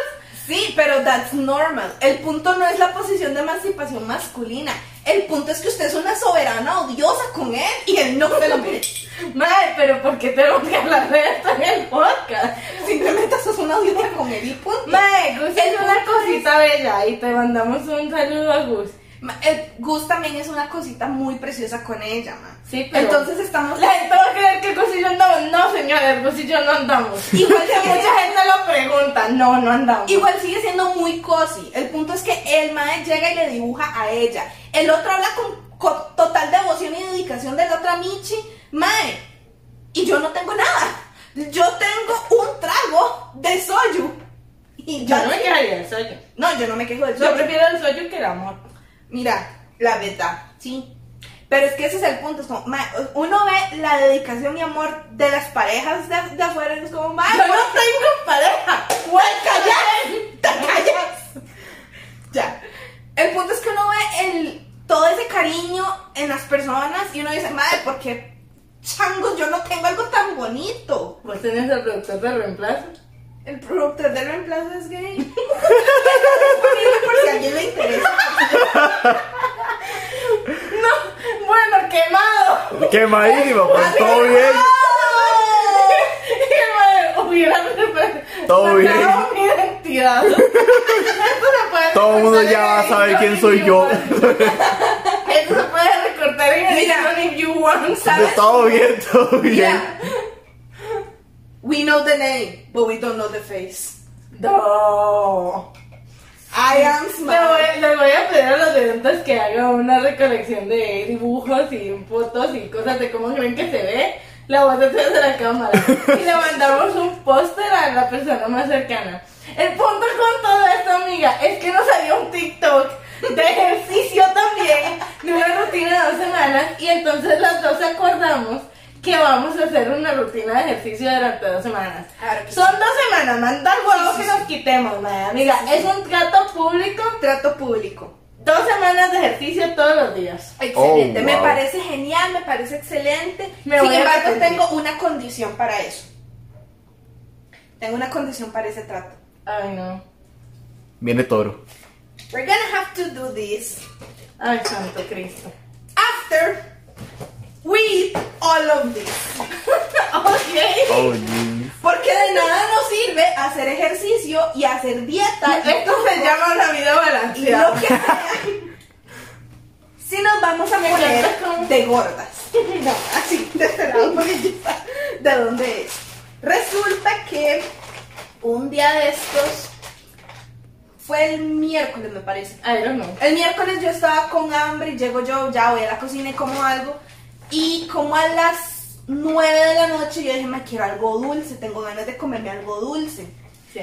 Speaker 2: Sí, pero that's normal. El punto no es la posición de emancipación masculina. El punto es que usted es una soberana odiosa con él y él no se lo merece.
Speaker 1: Madre, pero ¿por qué tenemos que hablar de esto en el podcast?
Speaker 2: Simplemente sos una odiosa con él y punto.
Speaker 1: Madre, Gus
Speaker 2: El
Speaker 1: es una
Speaker 2: punto es-
Speaker 1: cosita bella y te mandamos un saludo a Gus.
Speaker 2: Ma- el Gus también es una cosita muy preciosa con ella, ma.
Speaker 1: Sí, pero-
Speaker 2: Entonces estamos...
Speaker 1: La gente va a creer que Gus y yo andamos. No, señores, Gus y yo no andamos.
Speaker 2: Igual
Speaker 1: Que
Speaker 2: que
Speaker 1: mucha gente lo pregunta. No, no andamos.
Speaker 2: Igual sigue siendo muy cozy. El punto es que el mae llega y le dibuja a ella. El otro habla con, con total devoción y dedicación de la otra Michi. Mae, y yo no tengo nada. Yo tengo un trago de soyu. Y
Speaker 1: Yo
Speaker 2: ya-
Speaker 1: no me quejaría del soyo.
Speaker 2: No, yo no me quejo del soyu.
Speaker 1: Yo prefiero el soyo que el amor.
Speaker 2: Mira, la verdad, sí. Pero es que ese es el punto. es como, mae, uno ve la dedicación y amor de las parejas de, de afuera. y Es como, mae,
Speaker 1: Yo no
Speaker 2: bueno,
Speaker 1: tengo pareja.
Speaker 2: ¡Callas! ¡Te callas! Ya. El punto es que uno ve el, todo ese cariño en las personas y uno dice, madre, ¿por qué changos yo no tengo algo tan bonito?
Speaker 1: Vos tenés el Pues productor de reemplazo.
Speaker 2: El productor del reemplazo es gay. [LAUGHS] Digo, Por si a alguien le interesa.
Speaker 1: No, bueno, quemado.
Speaker 3: Quemadísimo, pues todo bien.
Speaker 2: "Oh,
Speaker 1: Y me hubiera re-
Speaker 3: Todo bien.
Speaker 1: sacado mi identidad. Esto se puede
Speaker 3: Todo el mundo
Speaker 1: recortar
Speaker 3: ya va a
Speaker 1: en
Speaker 3: saber
Speaker 1: edición
Speaker 3: quién
Speaker 1: if
Speaker 3: soy
Speaker 1: you
Speaker 3: yo.
Speaker 1: want. Esto se puede recortar en
Speaker 2: Mira.
Speaker 1: edición if you want, ¿sabes?
Speaker 3: Todo bien, todo bien.
Speaker 2: Yeah. We know the name, but we don't know the face.
Speaker 1: No.
Speaker 2: I am
Speaker 1: Le
Speaker 2: smart.
Speaker 1: voy, le voy a pedir a los eventos que haga una recolección de dibujos y fotos y cosas de cómo creen que se ve la voz detrás de la cámara. Y le mandamos un póster a la persona más cercana. El punto con todo esto, amiga, es que nos salió un TikTok de ejercicio también, de una rutina de dos semanas, y entonces las dos acordamos que vamos a hacer una rutina de ejercicio durante dos semanas.
Speaker 2: Claro que sí.
Speaker 1: Son dos semanas, manda el huevo que nos quitemos, madre amiga. Es un trato público
Speaker 2: Trato público.
Speaker 1: Dos semanas de ejercicio todos los días.
Speaker 2: Excelente,
Speaker 3: Oh,
Speaker 2: me
Speaker 3: wow.
Speaker 2: parece genial, me parece excelente.
Speaker 1: Me
Speaker 2: Sin
Speaker 1: voy a
Speaker 2: embargo,
Speaker 1: arrepentir.
Speaker 2: tengo una condición para eso. Tengo una condición para ese trato.
Speaker 1: Ay, no.
Speaker 3: Viene toro.
Speaker 2: We're gonna have to do this
Speaker 1: Ay, santo Cristo.
Speaker 2: after we eat all of this.
Speaker 1: [LAUGHS] ok.
Speaker 3: Oh, jeez.
Speaker 2: Porque de nada nos sirve hacer ejercicio y hacer dieta. y
Speaker 1: Esto se llama una vida
Speaker 2: y [LAUGHS] lo
Speaker 1: balanceada.
Speaker 2: que sea, si nos vamos a poner
Speaker 1: con-
Speaker 2: de gordas. No, así, de este lado, porque ya está de dónde es. Resulta que un día de estos fue el miércoles, me parece.
Speaker 1: I don't know.
Speaker 2: El miércoles yo estaba con hambre y llego yo, ya voy a la cocina y como algo. Y como a las 9 de la noche yo dije, me quiero algo dulce, tengo ganas de comerme algo dulce.
Speaker 1: Sí.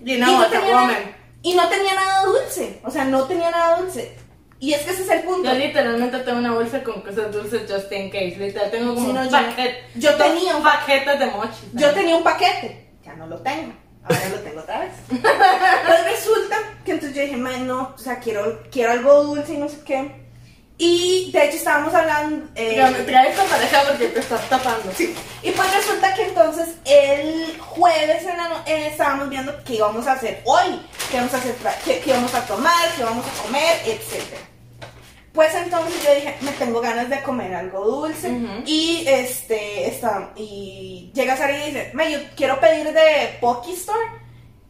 Speaker 1: You know what a
Speaker 2: tenía nada,
Speaker 1: woman.
Speaker 2: y no tenía nada dulce, o sea, no tenía nada dulce. Y es que ese es el punto.
Speaker 1: Yo literalmente tengo una bolsa con cosas dulces just in case. Literal, tengo como
Speaker 2: Sí, no,
Speaker 1: un
Speaker 2: yo-
Speaker 1: paquete.
Speaker 2: yo tenía un-
Speaker 1: paquete de mochi.
Speaker 2: Yo tenía un paquete, ya no lo tengo, ahora lo tengo otra vez. pues resulta que entonces yo dije, "Mae, no, o sea, quiero, quiero algo dulce y no sé qué. Y de hecho estábamos hablando... eh,
Speaker 1: Tra- Trae esto para acá porque te estás tapando.
Speaker 2: Sí. Y pues resulta que entonces el jueves en la no- eh, estábamos viendo qué íbamos a hacer hoy, qué íbamos a, hacer tra- qué, qué íbamos a tomar, qué íbamos a comer, etc. Pues entonces yo dije, me tengo ganas de comer algo dulce.
Speaker 1: Ujú.
Speaker 2: Y este, está, y llega Sara y dice, me, yo quiero pedir de Pocky Store,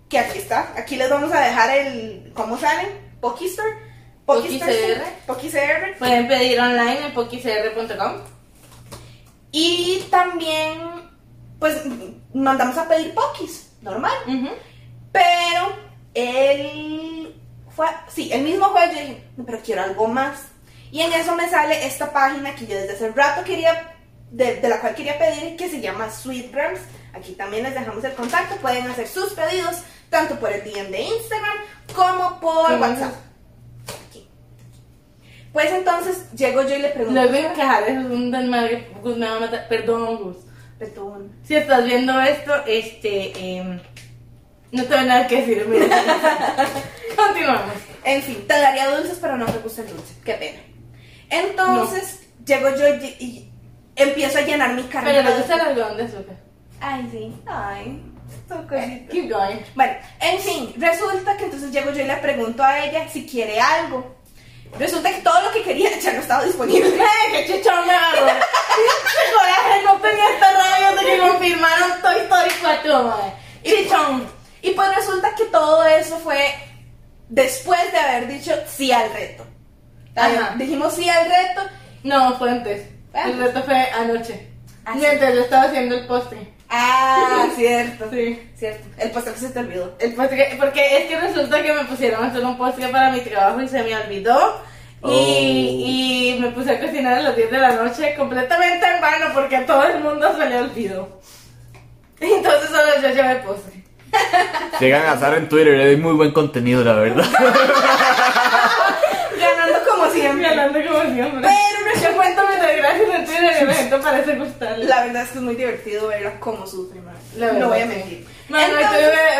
Speaker 2: que aquí está, aquí les vamos a dejar el, ¿cómo salen? Pocky Store.
Speaker 1: Pocky Pues
Speaker 2: Pocky Store.
Speaker 1: CR.
Speaker 2: Pocky CR.
Speaker 1: Pueden pedir online en pokicr.com.
Speaker 2: Y también, pues, mandamos a pedir pokis, normal.
Speaker 1: Ujú.
Speaker 2: Pero él fue, sí, el mismo jueves yo dije, "No, pero quiero algo más. Y en eso me sale esta página que yo desde hace rato quería, de, de la cual quería pedir, que se llama Sweetgrams. Aquí también les dejamos el contacto, pueden hacer sus pedidos, tanto por el DM de Instagram como por
Speaker 1: Ujú.
Speaker 2: WhatsApp. Aquí. Pues entonces llego yo y le pregunto,
Speaker 1: Luego encajar es un desmadre. Gus me va a matar. Perdón, Gus.
Speaker 2: "Betún,
Speaker 1: Si estás viendo esto, este. em, no tengo nada que decir. [LAUGHS] mira. Continuamos.
Speaker 2: En fin, te daría dulces, pero no te gusta el dulce. Qué pena. Entonces, llego yo y, y empiezo a llenar mi carrito.
Speaker 1: Pero le gusta el algodón de azúcar.
Speaker 2: Ay, sí. Ay, son
Speaker 1: Eh.
Speaker 2: cositas.
Speaker 1: Keep going.
Speaker 2: Bueno, en fin, resulta que entonces llego yo y le pregunto a ella si quiere algo. Resulta que todo lo que quería ya no estaba disponible.
Speaker 1: ¡Eh, qué chichón me agarró! ¡Qué coraje! No tenía esta radio hasta que confirmaron Toy Story 4, madre. ¡Chichón!
Speaker 2: Y pues resulta que todo eso fue después de haber dicho sí al reto.
Speaker 1: Ajá.
Speaker 2: Dijimos sí al reto.
Speaker 1: No, fue antes. El reto fue anoche.
Speaker 2: Ah, sí.
Speaker 1: Mientras yo estaba haciendo el postre. [LAUGHS]
Speaker 2: Ah, cierto.
Speaker 1: Sí.
Speaker 2: Cierto. El postre que se te olvidó.
Speaker 1: El postre, porque es que resulta que me pusieron a hacer un postre para mi trabajo y se me olvidó. Y, y me puse a cocinar a las 10 de la noche completamente en vano porque a todo el mundo se le olvidó. [LAUGHS] Entonces solo yo llevé postre.
Speaker 3: Llegan a Sara en Twitter, hay muy buen contenido, la
Speaker 1: [LAUGHS]
Speaker 3: verdad.
Speaker 2: Ganando como
Speaker 1: Siempre
Speaker 2: siempre.
Speaker 1: hablando como siempre.
Speaker 2: Pero
Speaker 1: Yo cuento mis desgracias en Twitter y la gente parece gustarle.
Speaker 2: la verdad es que es muy divertido verla como sufre, madre.
Speaker 1: La verdad,
Speaker 2: no voy a
Speaker 1: sí.
Speaker 2: mentir.
Speaker 1: Bueno,
Speaker 2: Entonces,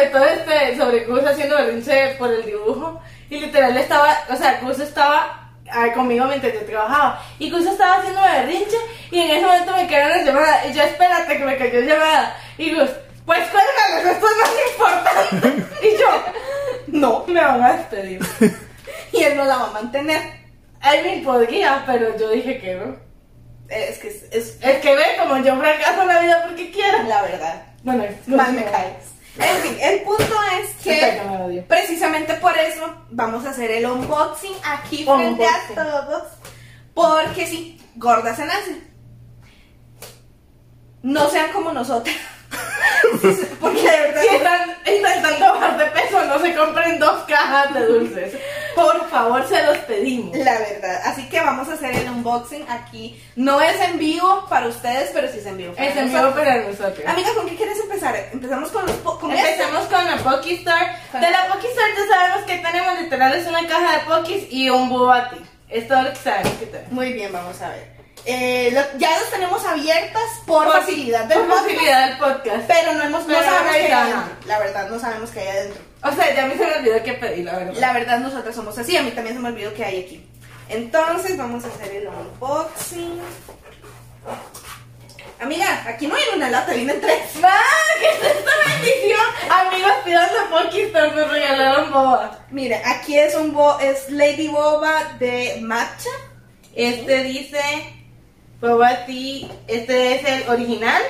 Speaker 1: estuve todo este sobre Gus haciendo berrinche por el dibujo y literal estaba, o sea, Gus estaba ah, conmigo mientras yo trabajaba y Gus estaba haciendo berrinche y en ese momento me cayó una llamada y yo espérate que me cayó llamada y Gus, pues cuélgalo, esto es más importante y yo, no, me van a
Speaker 2: [LAUGHS]
Speaker 1: despedir.
Speaker 2: y él no la va a mantener.
Speaker 1: I mean, podría, pero yo dije que no.
Speaker 2: Eh, Es que es, es
Speaker 1: Es que ve como yo fracaso en la vida porque quiero.
Speaker 2: la verdad.
Speaker 1: Bueno,
Speaker 2: Mal me caes. En fin, el punto es
Speaker 1: Puta,
Speaker 2: que
Speaker 1: que me odio.
Speaker 2: precisamente por eso vamos a hacer el unboxing aquí frente
Speaker 1: Unboxing.
Speaker 2: a todos. Porque sí, gordas se nacen. No sean
Speaker 1: [LAUGHS]
Speaker 2: como nosotras. [LAUGHS] Porque de verdad.
Speaker 1: Si están intentando bajar de peso, no se compren dos cajas de dulces. Por favor, se los pedimos.
Speaker 2: La verdad, así que vamos a hacer el unboxing aquí. No es en vivo para ustedes, pero sí es en vivo. para
Speaker 1: Es en vivo
Speaker 2: nosotros.
Speaker 1: para nosotros.
Speaker 2: Amiga, ¿con qué quieres empezar? Empezamos con los po- con este.
Speaker 1: Empecemos con la Pokéstar.
Speaker 2: Con-
Speaker 1: De la Pokéstar ya sabemos que tenemos literal es una caja de Pokés y un Bubati. Es todo lo que sabemos que
Speaker 2: esto.
Speaker 1: tenemos.
Speaker 2: Muy bien, vamos a ver. Eh, lo- ya las tenemos abiertas por, facilidad del
Speaker 1: Por
Speaker 2: podcast,
Speaker 1: facilidad del podcast.
Speaker 2: pero no hemos
Speaker 1: Pero
Speaker 2: no
Speaker 1: ahí
Speaker 2: sabemos qué hay
Speaker 1: está.
Speaker 2: adentro. La verdad, no sabemos qué hay adentro.
Speaker 1: O sea, ya a mí se me olvidó que pedí, la verdad.
Speaker 2: La verdad, nosotras somos así. A mí también se me olvidó que hay aquí. Entonces, vamos a hacer el unboxing. Amiga, aquí no hay una lata, vienen tres.
Speaker 1: ¡Ah! ¿Qué es esta bendición? Amigos, pidan la Pokéstar, me regalaron bobas.
Speaker 2: Mira, aquí es un bo- es Lady Boba de matcha.
Speaker 1: Este dice Bubati, este es el original.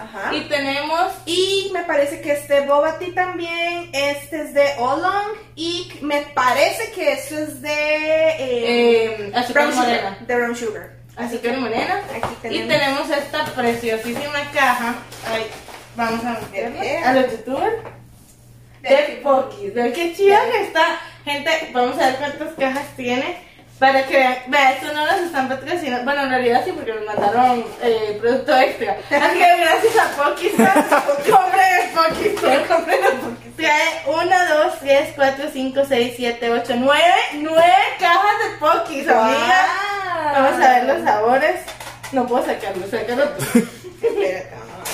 Speaker 2: Ajá.
Speaker 1: Y tenemos
Speaker 2: Y me parece que este Bobati también, este es de Olong y me parece que esto es de eh,
Speaker 1: eh, azúcar
Speaker 2: Brown
Speaker 1: morena.
Speaker 2: Sugar. De Brown Sugar.
Speaker 1: Azúcar morena.
Speaker 2: Aquí
Speaker 1: Y
Speaker 2: tenemos.
Speaker 1: tenemos esta preciosísima caja. Ay, vamos a meterla
Speaker 2: Ejea.
Speaker 1: a los youtubers. De
Speaker 2: De
Speaker 1: Pokis. Vean qué chida que está. Gente, vamos a ver cuántas cajas tiene. Para que vean, vea, esto no las están patrocinando. Bueno, en realidad sí, porque me mandaron eh, producto extra. Así que gracias a Pokis.
Speaker 2: [LAUGHS]
Speaker 1: Compren el Pokis. Compren el Pokis. Trae 1, 2, 3, 4, 5, 6, 7, 8, 9. 9 cajas de Pokis, amiga. Vamos a ver los sabores. No puedo sacarlo, sácalo tú.
Speaker 2: Espérate, vamos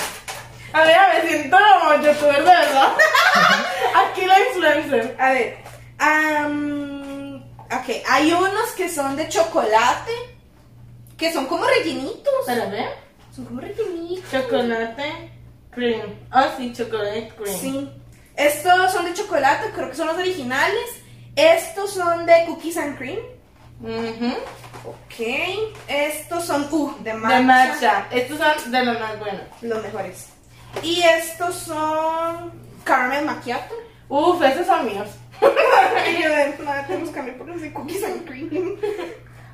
Speaker 1: A ver, me siento como youtuber de verdad. [LAUGHS] Aquí la influencer.
Speaker 2: A ver, am, ok, hay unos que son de chocolate, que son como rellenitos.
Speaker 1: ¿Se las ve?
Speaker 2: Son como rellenitos.
Speaker 1: ¿eh? Chocolate cream. Ah, sí, chocolate cream.
Speaker 2: Sí. Estos son de chocolate, creo que son los originales. Estos son de cookies and cream.
Speaker 1: Ujú.
Speaker 2: Ok. Estos son uh, de matcha.
Speaker 1: De matcha. Estos son de los más buenos.
Speaker 2: Los mejores. Y estos son caramel macchiato. [LAUGHS]
Speaker 1: Uf, esos son míos.
Speaker 2: Ay, nada, tenemos que cambiar por los de cookies and cream.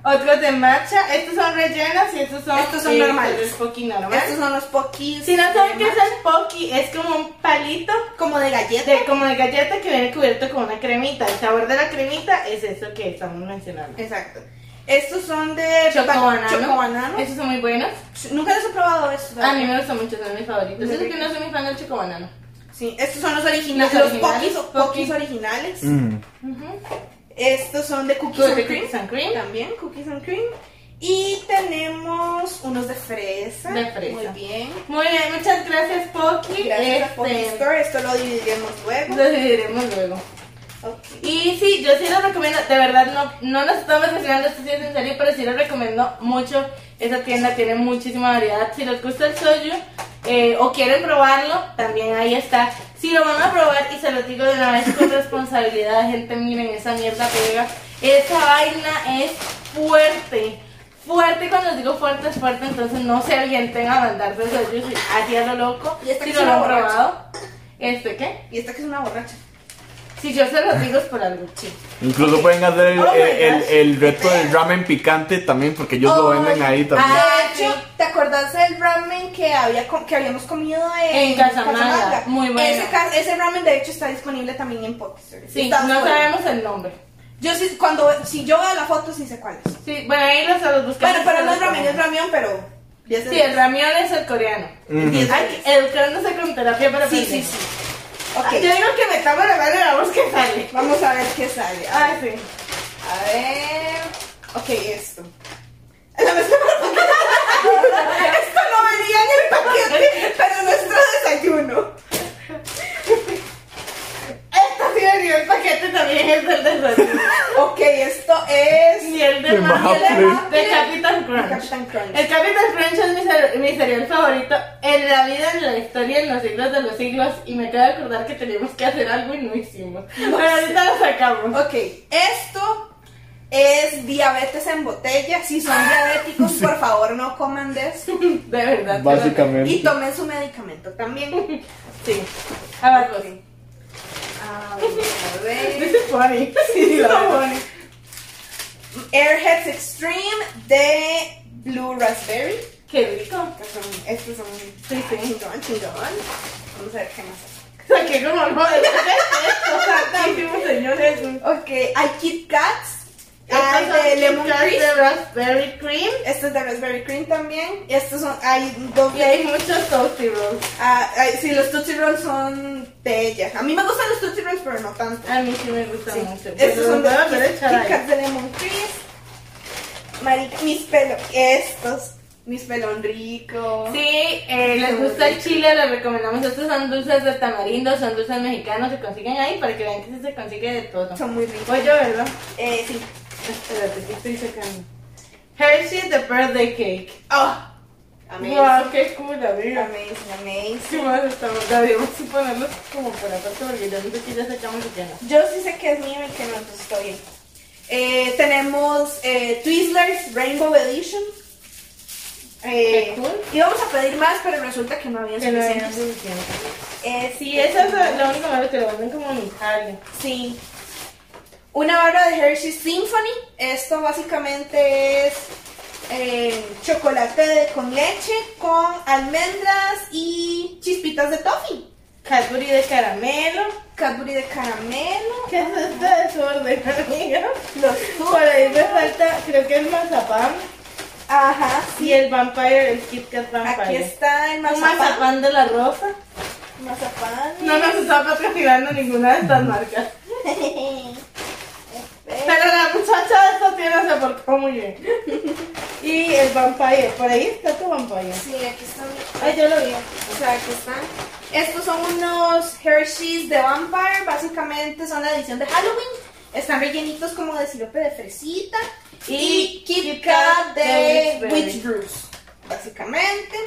Speaker 1: Otros de matcha. Estos son rellenas y estos son.
Speaker 2: Estos son normales.
Speaker 1: Es poquito normal.
Speaker 2: Estos son los poquis.
Speaker 1: Si no saben
Speaker 2: de
Speaker 1: qué es
Speaker 2: matcha,
Speaker 1: el pocky, es como un palito
Speaker 2: Como de galleta.
Speaker 1: de como de galleta que viene cubierto con una cremita. El sabor de la cremita es eso que estamos mencionando.
Speaker 2: Exacto. Estos son de
Speaker 1: Chocobanano.
Speaker 2: chocobanano.
Speaker 1: Esos son muy buenos.
Speaker 2: Nunca los he probado estos.
Speaker 1: A mí me gustan mucho, son mis favoritos.
Speaker 2: Muy
Speaker 1: Eso que
Speaker 2: rico.
Speaker 1: no soy muy fan del chocobanano.
Speaker 2: Sí, estos son los originales,
Speaker 1: Los
Speaker 2: los,
Speaker 1: originales,
Speaker 2: poquis o
Speaker 1: poquis.
Speaker 2: poquis originales.
Speaker 3: Mm.
Speaker 2: Estos son de cookies and
Speaker 1: Cookies
Speaker 2: cream.
Speaker 1: and cream.
Speaker 2: También cookies and cream. Y tenemos unos de fresa.
Speaker 1: De fresa.
Speaker 2: Muy bien.
Speaker 1: Muy bien, muchas gracias, Poki.
Speaker 2: Gracias a
Speaker 1: Este,
Speaker 2: Pocky Store. Esto lo dividiremos luego.
Speaker 1: Lo decidiremos luego.
Speaker 2: Ok.
Speaker 1: Y sí, yo sí les recomiendo, de verdad, no, no nos estamos mencionando esto sí es en serio, pero sí les recomiendo mucho. Esa tienda tiene muchísima variedad. Si les gusta el soju eh, o quieren probarlo, también ahí está. Si lo van a probar, y se los digo de una vez con responsabilidad, [LAUGHS] gente, miren, esa mierda pega. Esa vaina es fuerte. Fuerte, cuando les digo fuerte, es fuerte, entonces no se avienten a mandarse el soju así a lo loco.
Speaker 2: Y esta
Speaker 1: Si
Speaker 2: que
Speaker 1: no
Speaker 2: es
Speaker 1: lo
Speaker 2: una
Speaker 1: han
Speaker 2: borracha.
Speaker 1: probado. ¿Este qué?
Speaker 2: Y esta que es una borracha.
Speaker 1: Si yo se los digo es por algo, sí.
Speaker 3: Incluso pueden hacer el,
Speaker 1: Oh my
Speaker 3: el-
Speaker 1: gosh.
Speaker 3: el reto del ramen picante también, porque ellos lo
Speaker 1: Oh,
Speaker 3: venden ahí también.
Speaker 1: ah,
Speaker 2: De hecho, ¿te acordás del ramen que, había, com- que habíamos comido en,
Speaker 1: En Casamanga? Muy bueno.
Speaker 2: Ese, ca- ese ramen, de hecho, está disponible también en Popster.
Speaker 1: Sí,
Speaker 2: Está
Speaker 1: no
Speaker 2: bueno.
Speaker 1: sabemos el nombre.
Speaker 2: Yo sí, cuando, si yo veo la foto, sí sé cuál es.
Speaker 1: Sí, bueno, ahí los, los buscamos.
Speaker 2: Bueno, pero no es
Speaker 1: Los
Speaker 2: ramen, es
Speaker 1: ponemos.
Speaker 2: ramión, pero...
Speaker 1: Sí, el ramión es el coreano.
Speaker 3: Ujú.
Speaker 2: diez-
Speaker 1: Ay, que educándose con terapia para
Speaker 2: Sí,
Speaker 1: aprender.
Speaker 2: sí, sí.
Speaker 1: Ah, Yo
Speaker 2: Ok,
Speaker 1: digo que metamos la mano y vamos que sale.
Speaker 2: vamos a ver qué sale. A
Speaker 1: Ah, sí.
Speaker 2: ver... Ok, esto. La mesa- esto no venía en el paquete, pero nuestro desayuno.
Speaker 1: Esto sí venía el paquete también es del
Speaker 2: [LAUGHS]
Speaker 1: desayuno.
Speaker 2: Ok, esto es...
Speaker 1: Miel de
Speaker 3: De maple.
Speaker 1: maple de Capitán Crunch.
Speaker 2: Capitán Crunch.
Speaker 1: El Capitán Crunch es mi, cer- mi cereal favorito en la vida, en la historia, en los siglos de los siglos. Y me acabo de acordar que teníamos que hacer algo y no
Speaker 2: [LAUGHS]
Speaker 1: hicimos. Pero ahorita lo sacamos.
Speaker 2: Ok, esto es diabetes en botella. Si son diabéticos, por favor, no coman de esto.
Speaker 1: De verdad.
Speaker 2: Y tomen su medicamento también.
Speaker 1: Sí. Abajo.
Speaker 2: Ok. Ah, vamos a
Speaker 1: This
Speaker 2: ver.
Speaker 1: is
Speaker 2: [LAUGHS]
Speaker 1: funny. [LAUGHS] Sí,
Speaker 2: la
Speaker 1: so
Speaker 2: verdad.
Speaker 1: funny.
Speaker 2: Airheads Extreme de Blue Raspberry.
Speaker 1: Qué rico.
Speaker 2: Que son- estos son Ah,
Speaker 1: Sí, sí.
Speaker 2: chingón, chingón. Vamos a ver qué más. hay.
Speaker 1: Saqué como el joder. Santísimo señor Jesús.
Speaker 2: Ok, hay Kit Kats.
Speaker 1: Estas
Speaker 2: Hay
Speaker 1: son
Speaker 2: de Lemon
Speaker 1: chicas
Speaker 2: Crisp.
Speaker 1: de raspberry cream.
Speaker 2: Este es de Raspberry Cream también. Y estos son. Hay dos
Speaker 1: Y hay muchos toasty rolls.
Speaker 2: Ah, ay, sí, los Tootsie Rolls son de ella. A mí me gustan los Tootsie Rolls, pero no tanto.
Speaker 1: A mí sí me gusta
Speaker 2: Sí.
Speaker 1: mucho.
Speaker 2: Estos son de
Speaker 1: los
Speaker 2: Kit Kit Kat de Lemon Crisp. Marica, mis pelos, estos, mis pelón rico.
Speaker 1: Sí, eh, les gusta el chile, les recomendamos. Estos son dulces de tamarindo, son dulces mexicanos, se consiguen ahí para que vean que sí se consigue de todo.
Speaker 2: Son muy ricos.
Speaker 1: Oye, ¿verdad?
Speaker 2: Eh, sí.
Speaker 1: Espérate, que estoy sacando. Hershey the birthday cake.
Speaker 2: Oh, amazing.
Speaker 1: Wow, qué cool, amiga.
Speaker 2: Amazing, amazing.
Speaker 1: ¿Qué más estamos? Deberíamos ponerlos como por aparte porque yo no sé que ya sacamos y que no.
Speaker 2: Yo sí sé que es mío y que no, entonces está bien. Eh, tenemos eh, Twizzlers Rainbow Edition. Eh,
Speaker 1: Qué cool.
Speaker 2: Íbamos a pedir más, pero resulta que no había
Speaker 1: Que no
Speaker 2: suficientes.
Speaker 1: era suficiente.
Speaker 2: Este,
Speaker 1: Sí, eso es lo lo único malo que lo venden como unitario.
Speaker 2: Sí. Una barra de Hershey Symphony. Esto básicamente es eh, chocolate de- con leche, con almendras y chispitas de toffee.
Speaker 1: Cadbury de caramelo.
Speaker 2: Cadbury de caramelo.
Speaker 1: ¿Qué es este desorden, amiga?
Speaker 2: Los
Speaker 1: Por ahí me
Speaker 2: zumos.
Speaker 1: falta, creo que el mazapán
Speaker 2: Ajá,
Speaker 1: y
Speaker 2: sí.
Speaker 1: el vampire, el Kit Kat vampire.
Speaker 2: Aquí está el
Speaker 1: Un
Speaker 2: mazapán.
Speaker 1: mazapán de la rosa.
Speaker 2: Mazapán. [LAUGHS]
Speaker 1: No nos está patrocinando ninguna de estas marcas. Pero la muchacha de esta tienda se portó muy bien. [LAUGHS] Y el vampire, por ahí está tu vampire.
Speaker 2: Sí, aquí están.
Speaker 1: Ay, yo lo vi.
Speaker 2: O sea, aquí están. Estos son unos Hershey's de Vampire. Básicamente son la edición de Halloween. Están rellenitos como de sirope de fresita. Y,
Speaker 1: Y
Speaker 2: Kit
Speaker 1: Kit
Speaker 2: Kat
Speaker 1: Kat
Speaker 2: de
Speaker 1: de
Speaker 2: Witch
Speaker 1: Witch
Speaker 2: Brews. Básicamente.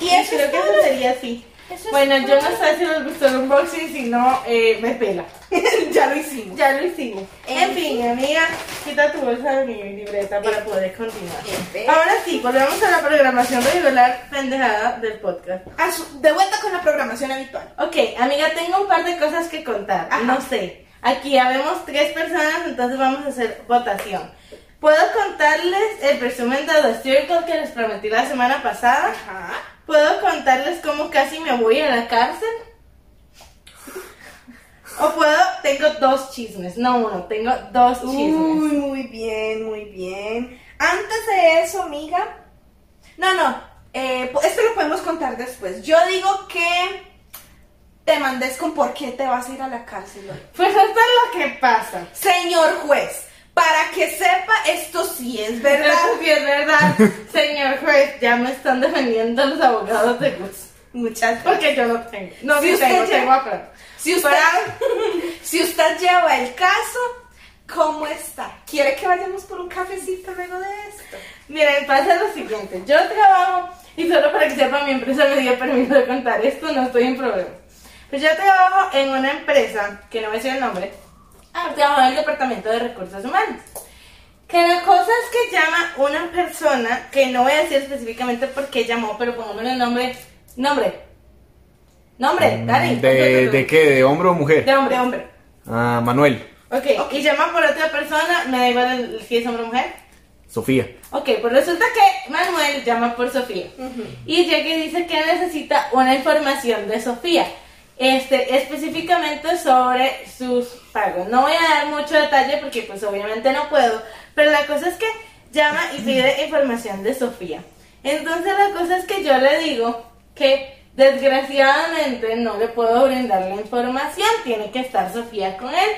Speaker 2: Y
Speaker 1: Y
Speaker 2: eso
Speaker 1: creo
Speaker 2: es
Speaker 1: que
Speaker 2: todo.
Speaker 1: eso sería así.
Speaker 2: Eso es
Speaker 1: Bueno, yo
Speaker 2: todo.
Speaker 1: no sé si les gustó el unboxing, si no, eh, me pela. [LAUGHS]
Speaker 2: ya lo hicimos.
Speaker 1: Ya lo hicimos.
Speaker 2: En
Speaker 1: En fin, Este, amiga, quita tu bolsa de mi libreta para poder continuar.
Speaker 2: Perfecto.
Speaker 1: Ahora sí, volvemos a la programación regular pendejada del podcast.
Speaker 2: A Ah, su- De vuelta con la programación habitual.
Speaker 1: Ok, amiga, tengo un par de cosas que contar.
Speaker 2: Ajá.
Speaker 1: No sé. Aquí habemos tres personas, entonces vamos a hacer votación. Puedo contarles el resumen de The Circle que les prometí la semana pasada.
Speaker 2: Ajá.
Speaker 1: Puedo contarles cómo casi me voy a la cárcel. O puedo, tengo dos chismes, no uno, tengo dos chismes.
Speaker 2: Uy, muy bien, muy bien. Antes de eso, amiga. No, no. eh, po- esto lo podemos contar después. Yo digo que te mandes con por qué te vas a ir a la cárcel hoy.
Speaker 1: Pues esto es lo que pasa.
Speaker 2: Señor juez, para que sepa, esto sí es
Speaker 1: [LAUGHS] Pero
Speaker 2: verdad.
Speaker 1: sí es verdad, señor juez, ya me están defendiendo los abogados de Gus.
Speaker 2: Muchas gracias.
Speaker 1: Porque yo no tengo. No,
Speaker 2: Si
Speaker 1: sí
Speaker 2: usted
Speaker 1: tengo,
Speaker 2: ya-
Speaker 1: tengo a Fran.
Speaker 2: Si usted, [LAUGHS] si usted lleva el caso, ¿cómo está? ¿Quiere que vayamos por un cafecito luego de esto?
Speaker 1: Miren, pasa lo siguiente. Yo trabajo, y solo para que sepa, mi empresa me dio permiso de contar esto, no estoy en problemas. Pues yo trabajo en una empresa, que no voy a decir el nombre, ah, trabajo en el Departamento de Recursos Humanos. Que la cosa es que llama una persona, que no voy a decir específicamente por qué llamó, pero pongámosle el nombre. Nombre. Nombre, dale.
Speaker 3: Mm, ¿De, ¿De qué? ¿De hombre o mujer?
Speaker 1: De hombre, de hombre.
Speaker 3: Ah, Manuel,
Speaker 1: ok, y llama por otra persona, me da igual el- si es hombre o mujer.
Speaker 3: Sofía.
Speaker 1: Ok, pues resulta que Manuel llama por Sofía y llega y dice que necesita una información de Sofía, este, específicamente sobre sus pagos. No voy a dar mucho detalle porque pues obviamente no puedo, pero la cosa es que llama y pide información de Sofía. Entonces la cosa es que yo le digo que desgraciadamente no le puedo brindar la información, tiene que estar Sofía con él.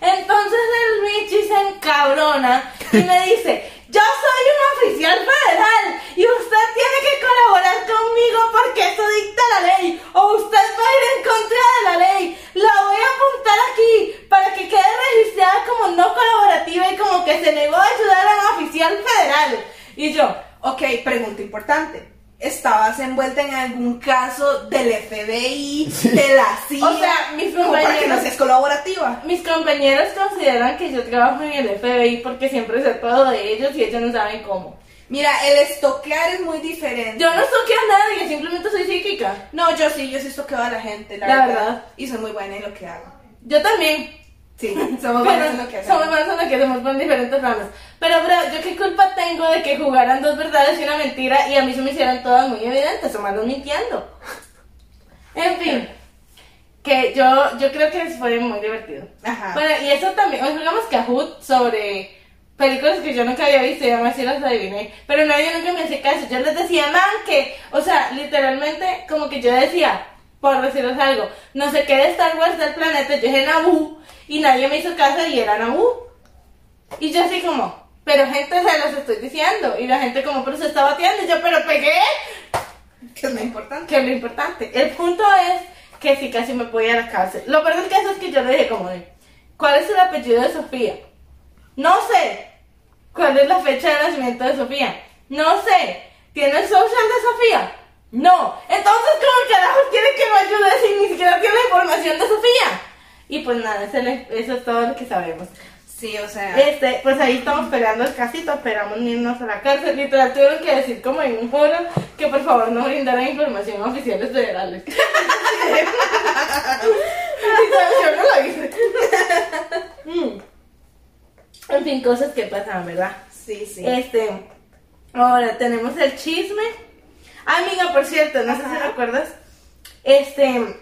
Speaker 1: Entonces el Richie se encabrona y me dice, yo soy un oficial federal y usted tiene que colaborar conmigo porque eso dicta la ley o usted va a ir en contra de la ley. La voy a apuntar aquí para que quede registrada como no colaborativa y como que se negó a ayudar a un oficial federal. Y yo,
Speaker 2: Ok, pregunta importante. ¿Estabas envuelta en algún caso del FBI, de la CIA?
Speaker 1: O sea, mis
Speaker 2: como para que no
Speaker 1: compañeros-
Speaker 2: seas colaborativa.
Speaker 1: Mis compañeros consideran que yo trabajo en el FBI porque siempre sé todo de ellos y ellos no saben cómo.
Speaker 2: Mira, el estoquear es muy diferente.
Speaker 1: Yo no soqueo a nadie, simplemente soy psíquica.
Speaker 2: No, yo sí, yo sí estoqueo a la gente, la,
Speaker 1: La
Speaker 2: verdad.
Speaker 1: verdad.
Speaker 2: Y soy muy buena en lo que hago.
Speaker 1: Yo también. [LAUGHS]
Speaker 2: Sí,
Speaker 1: Pero
Speaker 2: somos buenas en lo que
Speaker 1: somos
Speaker 2: hacemos.
Speaker 1: más lo que hacemos con diferentes ramas. Pero, bro, ¿yo qué culpa tengo de que jugaran dos verdades y una mentira y a mí se me hicieran todas muy evidentes o me andan mintiendo? En fin, que yo, yo creo que fue muy divertido.
Speaker 2: Ajá.
Speaker 1: Bueno, y eso también, hoy jugamos Kahoot sobre películas que yo nunca había visto y además sí las adiviné, pero nadie nunca me hacía caso, yo les decía, man, que, o sea, literalmente como que yo decía, por decirles algo, no sé qué de Star Wars del planeta, yo dije Naboo, y nadie me hizo caso y era Naboo, y yo así como, pero gente se los estoy diciendo, y la gente como, pero se está bateando, y yo, pero pegué,
Speaker 2: Que es muy importante.
Speaker 1: que es lo importante. El punto es que sí casi me voy a la cárcel. Lo peor del caso es que yo le dije como de, ¿cuál es el apellido de Sofía? No sé. ¿Cuál es la fecha de nacimiento de Sofía? No sé. ¿Tiene el social de Sofía? No. Entonces, ¿cómo carajos quiere que me ayude si ni siquiera tiene la información de Sofía? Y pues nada, eso, le- eso es todo lo que sabemos.
Speaker 2: Sí, o sea.
Speaker 1: Este, pues ahí estamos peleando el casito, esperamos irnos a la cárcel. Literal, tuvieron que decir como en un foro que por favor no brindaran información a oficiales federales. [LAUGHS] Yo no lo hice. Mm. En fin, cosas que pasan, ¿verdad?
Speaker 2: Sí, sí.
Speaker 1: Este, ahora tenemos el chisme. Ah, Amiga, por cierto, no sé si
Speaker 2: Ajá.
Speaker 1: recuerdas, este,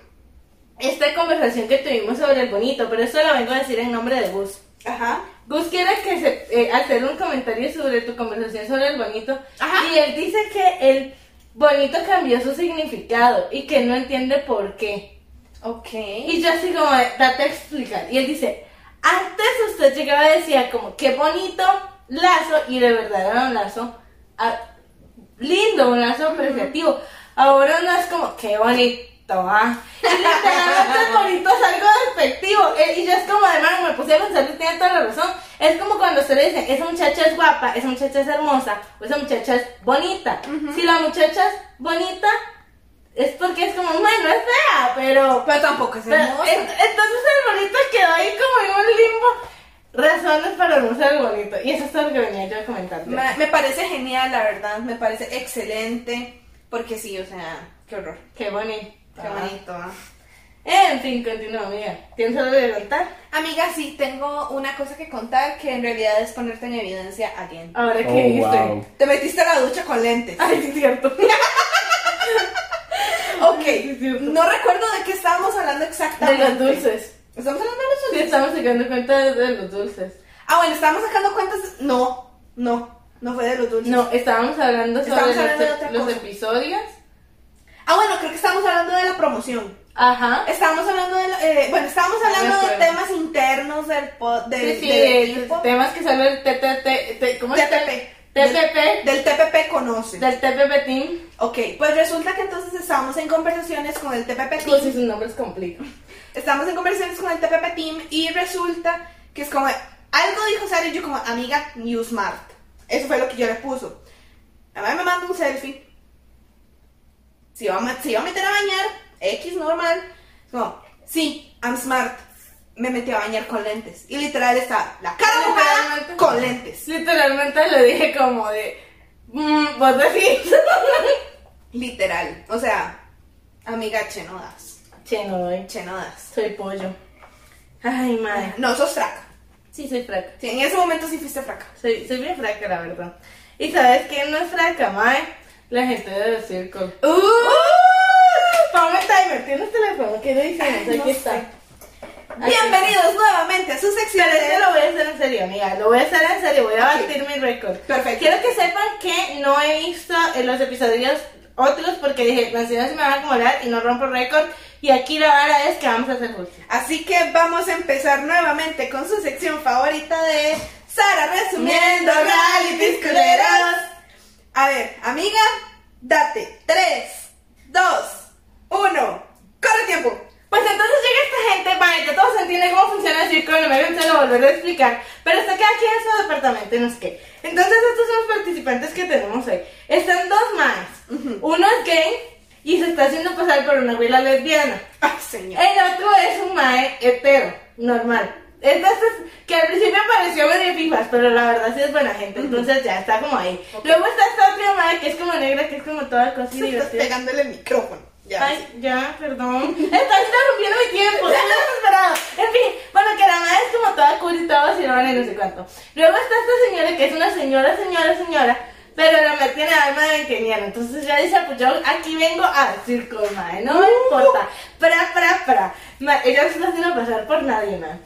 Speaker 1: esta conversación que tuvimos sobre el bonito, pero eso lo vengo a decir en nombre de Gus.
Speaker 2: Ajá.
Speaker 1: Gus quiere que se, eh, hacer un comentario sobre tu conversación sobre el bonito.
Speaker 2: Ajá.
Speaker 1: Y él dice que el bonito cambió su significado y que no entiende por qué.
Speaker 2: Ok.
Speaker 1: Y yo así como, de, date a explicar. Y él dice, antes usted llegaba y decía como, qué bonito lazo, y de verdad era un lazo ah, lindo, un lazo apreciativo. Ahora no es como, qué bonito. Ah. Y literalmente el bonito es algo despectivo. Eh, Y yo es como, además, me puse a pensar que tiene toda la razón. Es como cuando usted le dice, esa muchacha es guapa, esa muchacha es hermosa, o esa muchacha es bonita. Si la muchacha es bonita, es porque es como, bueno, es fea, pero
Speaker 2: Pero tampoco es
Speaker 1: pero, eh,
Speaker 2: hermoso.
Speaker 1: en- entonces el bonito quedó ahí como en un limbo. Razones para no usar el bonito. Y eso es todo lo que venía yo a comentar.
Speaker 2: Me, me parece genial, la verdad. Me parece excelente. Porque sí, o sea, qué horror.
Speaker 1: Qué bonito.
Speaker 2: Qué bonito. ah.
Speaker 1: En fin, continúa, amiga. ¿Tienes algo de contar?
Speaker 2: Amiga, sí, tengo una cosa que contar que en realidad es ponerte en evidencia a alguien.
Speaker 1: Ahora que
Speaker 3: Oh,
Speaker 1: hice.
Speaker 3: wow.
Speaker 2: Te metiste a la ducha
Speaker 1: [LAUGHS]
Speaker 2: con lentes.
Speaker 1: Ay, sí, es
Speaker 2: [LAUGHS]
Speaker 1: cierto.
Speaker 2: Ok,
Speaker 1: sí, es cierto.
Speaker 2: no recuerdo de qué estábamos hablando
Speaker 1: De
Speaker 2: exactamente.
Speaker 1: los dulces.
Speaker 2: ¿Estamos hablando de los
Speaker 1: Sí,
Speaker 2: dulces?
Speaker 1: estamos sacando cuenta de los dulces.
Speaker 2: Ah, bueno, estábamos sacando cuentas. No, no, no fue de los dulces.
Speaker 1: No, estábamos hablando sobre
Speaker 2: Estábamos hablando de
Speaker 1: los, e-,
Speaker 2: otra
Speaker 1: los
Speaker 2: cosa.
Speaker 1: episodios.
Speaker 2: Ah, bueno, creo que estábamos hablando de la promoción.
Speaker 1: Ajá.
Speaker 2: Estábamos hablando de. lo- eh, bueno, estábamos
Speaker 1: me
Speaker 2: hablando de
Speaker 1: acuerdo.
Speaker 2: temas internos del, po- del,
Speaker 1: sí, sí,
Speaker 2: del
Speaker 1: de-
Speaker 2: equipo.
Speaker 1: temas que sale el TTT. te- ¿Cómo es?
Speaker 2: TPP.
Speaker 1: TPP.
Speaker 2: Del TPP conoce.
Speaker 1: Del TPP Team.
Speaker 2: Ok, pues resulta que entonces estábamos en conversaciones con el TPP
Speaker 1: Pues si
Speaker 2: Team.
Speaker 1: sus nombres complican.
Speaker 2: Estábamos en conversaciones con el TPP Team y resulta que es como. Algo dijo Sara y yo, como amiga Newsmart. Eso fue lo que yo le puso. La madre me manda un selfie. Se iba a, ma- se iba a meter a bañar. X normal. Es como, sí, I'm smart. Me metí a bañar con lentes. Y literal está la cara mojada
Speaker 1: Literalmente.
Speaker 2: con lentes.
Speaker 1: Literalmente le dije como de. "Mm, vos decís.
Speaker 2: Literal. O sea, amiga, che no das.
Speaker 1: [LAUGHS] che, no doy.
Speaker 2: Che no das.
Speaker 1: Soy pollo. Ay, madre.
Speaker 2: No, sos fraca.
Speaker 1: Sí, soy fraca.
Speaker 2: Sí, en ese momento sí fuiste fraca.
Speaker 1: Soy, soy bien fraca, la verdad. ¿Y sabes quién no es fraca, madre? La gente del circo. ¡Uh! Ponme timer, tienes teléfono, ¿qué le hicimos?
Speaker 2: Ay,
Speaker 1: Aquí
Speaker 2: no
Speaker 1: está.
Speaker 2: sé. Bienvenidos nuevamente a su sección
Speaker 1: Pero esto
Speaker 2: de...
Speaker 1: lo voy a hacer en serio, amiga. Lo voy a hacer en serio. Voy a
Speaker 2: Ok.
Speaker 1: batir mi récord.
Speaker 2: Perfecto.
Speaker 1: Quiero que sepan que no he visto en los episodios otros porque dije, las ideas se me van a acumular y no rompo récord. Y aquí la vara es que vamos a hacer justicia.
Speaker 2: Así que vamos a empezar nuevamente con su sección favorita de Sara resumiendo reality culeros. A ver, amiga, date. 3, 2, 1. Corre tiempo.
Speaker 1: Pues entonces llega esta gente, vale, ya todos entienden cómo funciona el circo, no me voy a volver a explicar, pero está cada quien en su departamento y no sé qué. Entonces estos son los participantes que tenemos hoy. Están dos más. Uno es gay y se está haciendo pasar por una abuela lesbiana.
Speaker 2: Ay, señor.
Speaker 1: El otro es un mae hetero, normal. Entonces, que al principio pareció medio fifas, pero la verdad sí es buena gente, entonces ya está como ahí. Luego está esta otra mae que es como negra, que es como toda cosa
Speaker 2: Se estás
Speaker 1: divertida.
Speaker 2: pegándole el micrófono. Ya.
Speaker 1: Ay, ya, perdón. [LAUGHS] Estás interrumpiendo mi tiempo, [LAUGHS] ya estás desesperado. En fin, bueno, que la madre es como toda cool y todo, sirvana y no sé cuánto. Luego está esta señora que es una señora, señora, señora, pero la madre tiene alma de ingeniero. Entonces ya dice, pues yo aquí vengo a decir con madre, no me importa. Pra, pra, pra. Ma- ella no se está haciendo pasar por nadie, madre.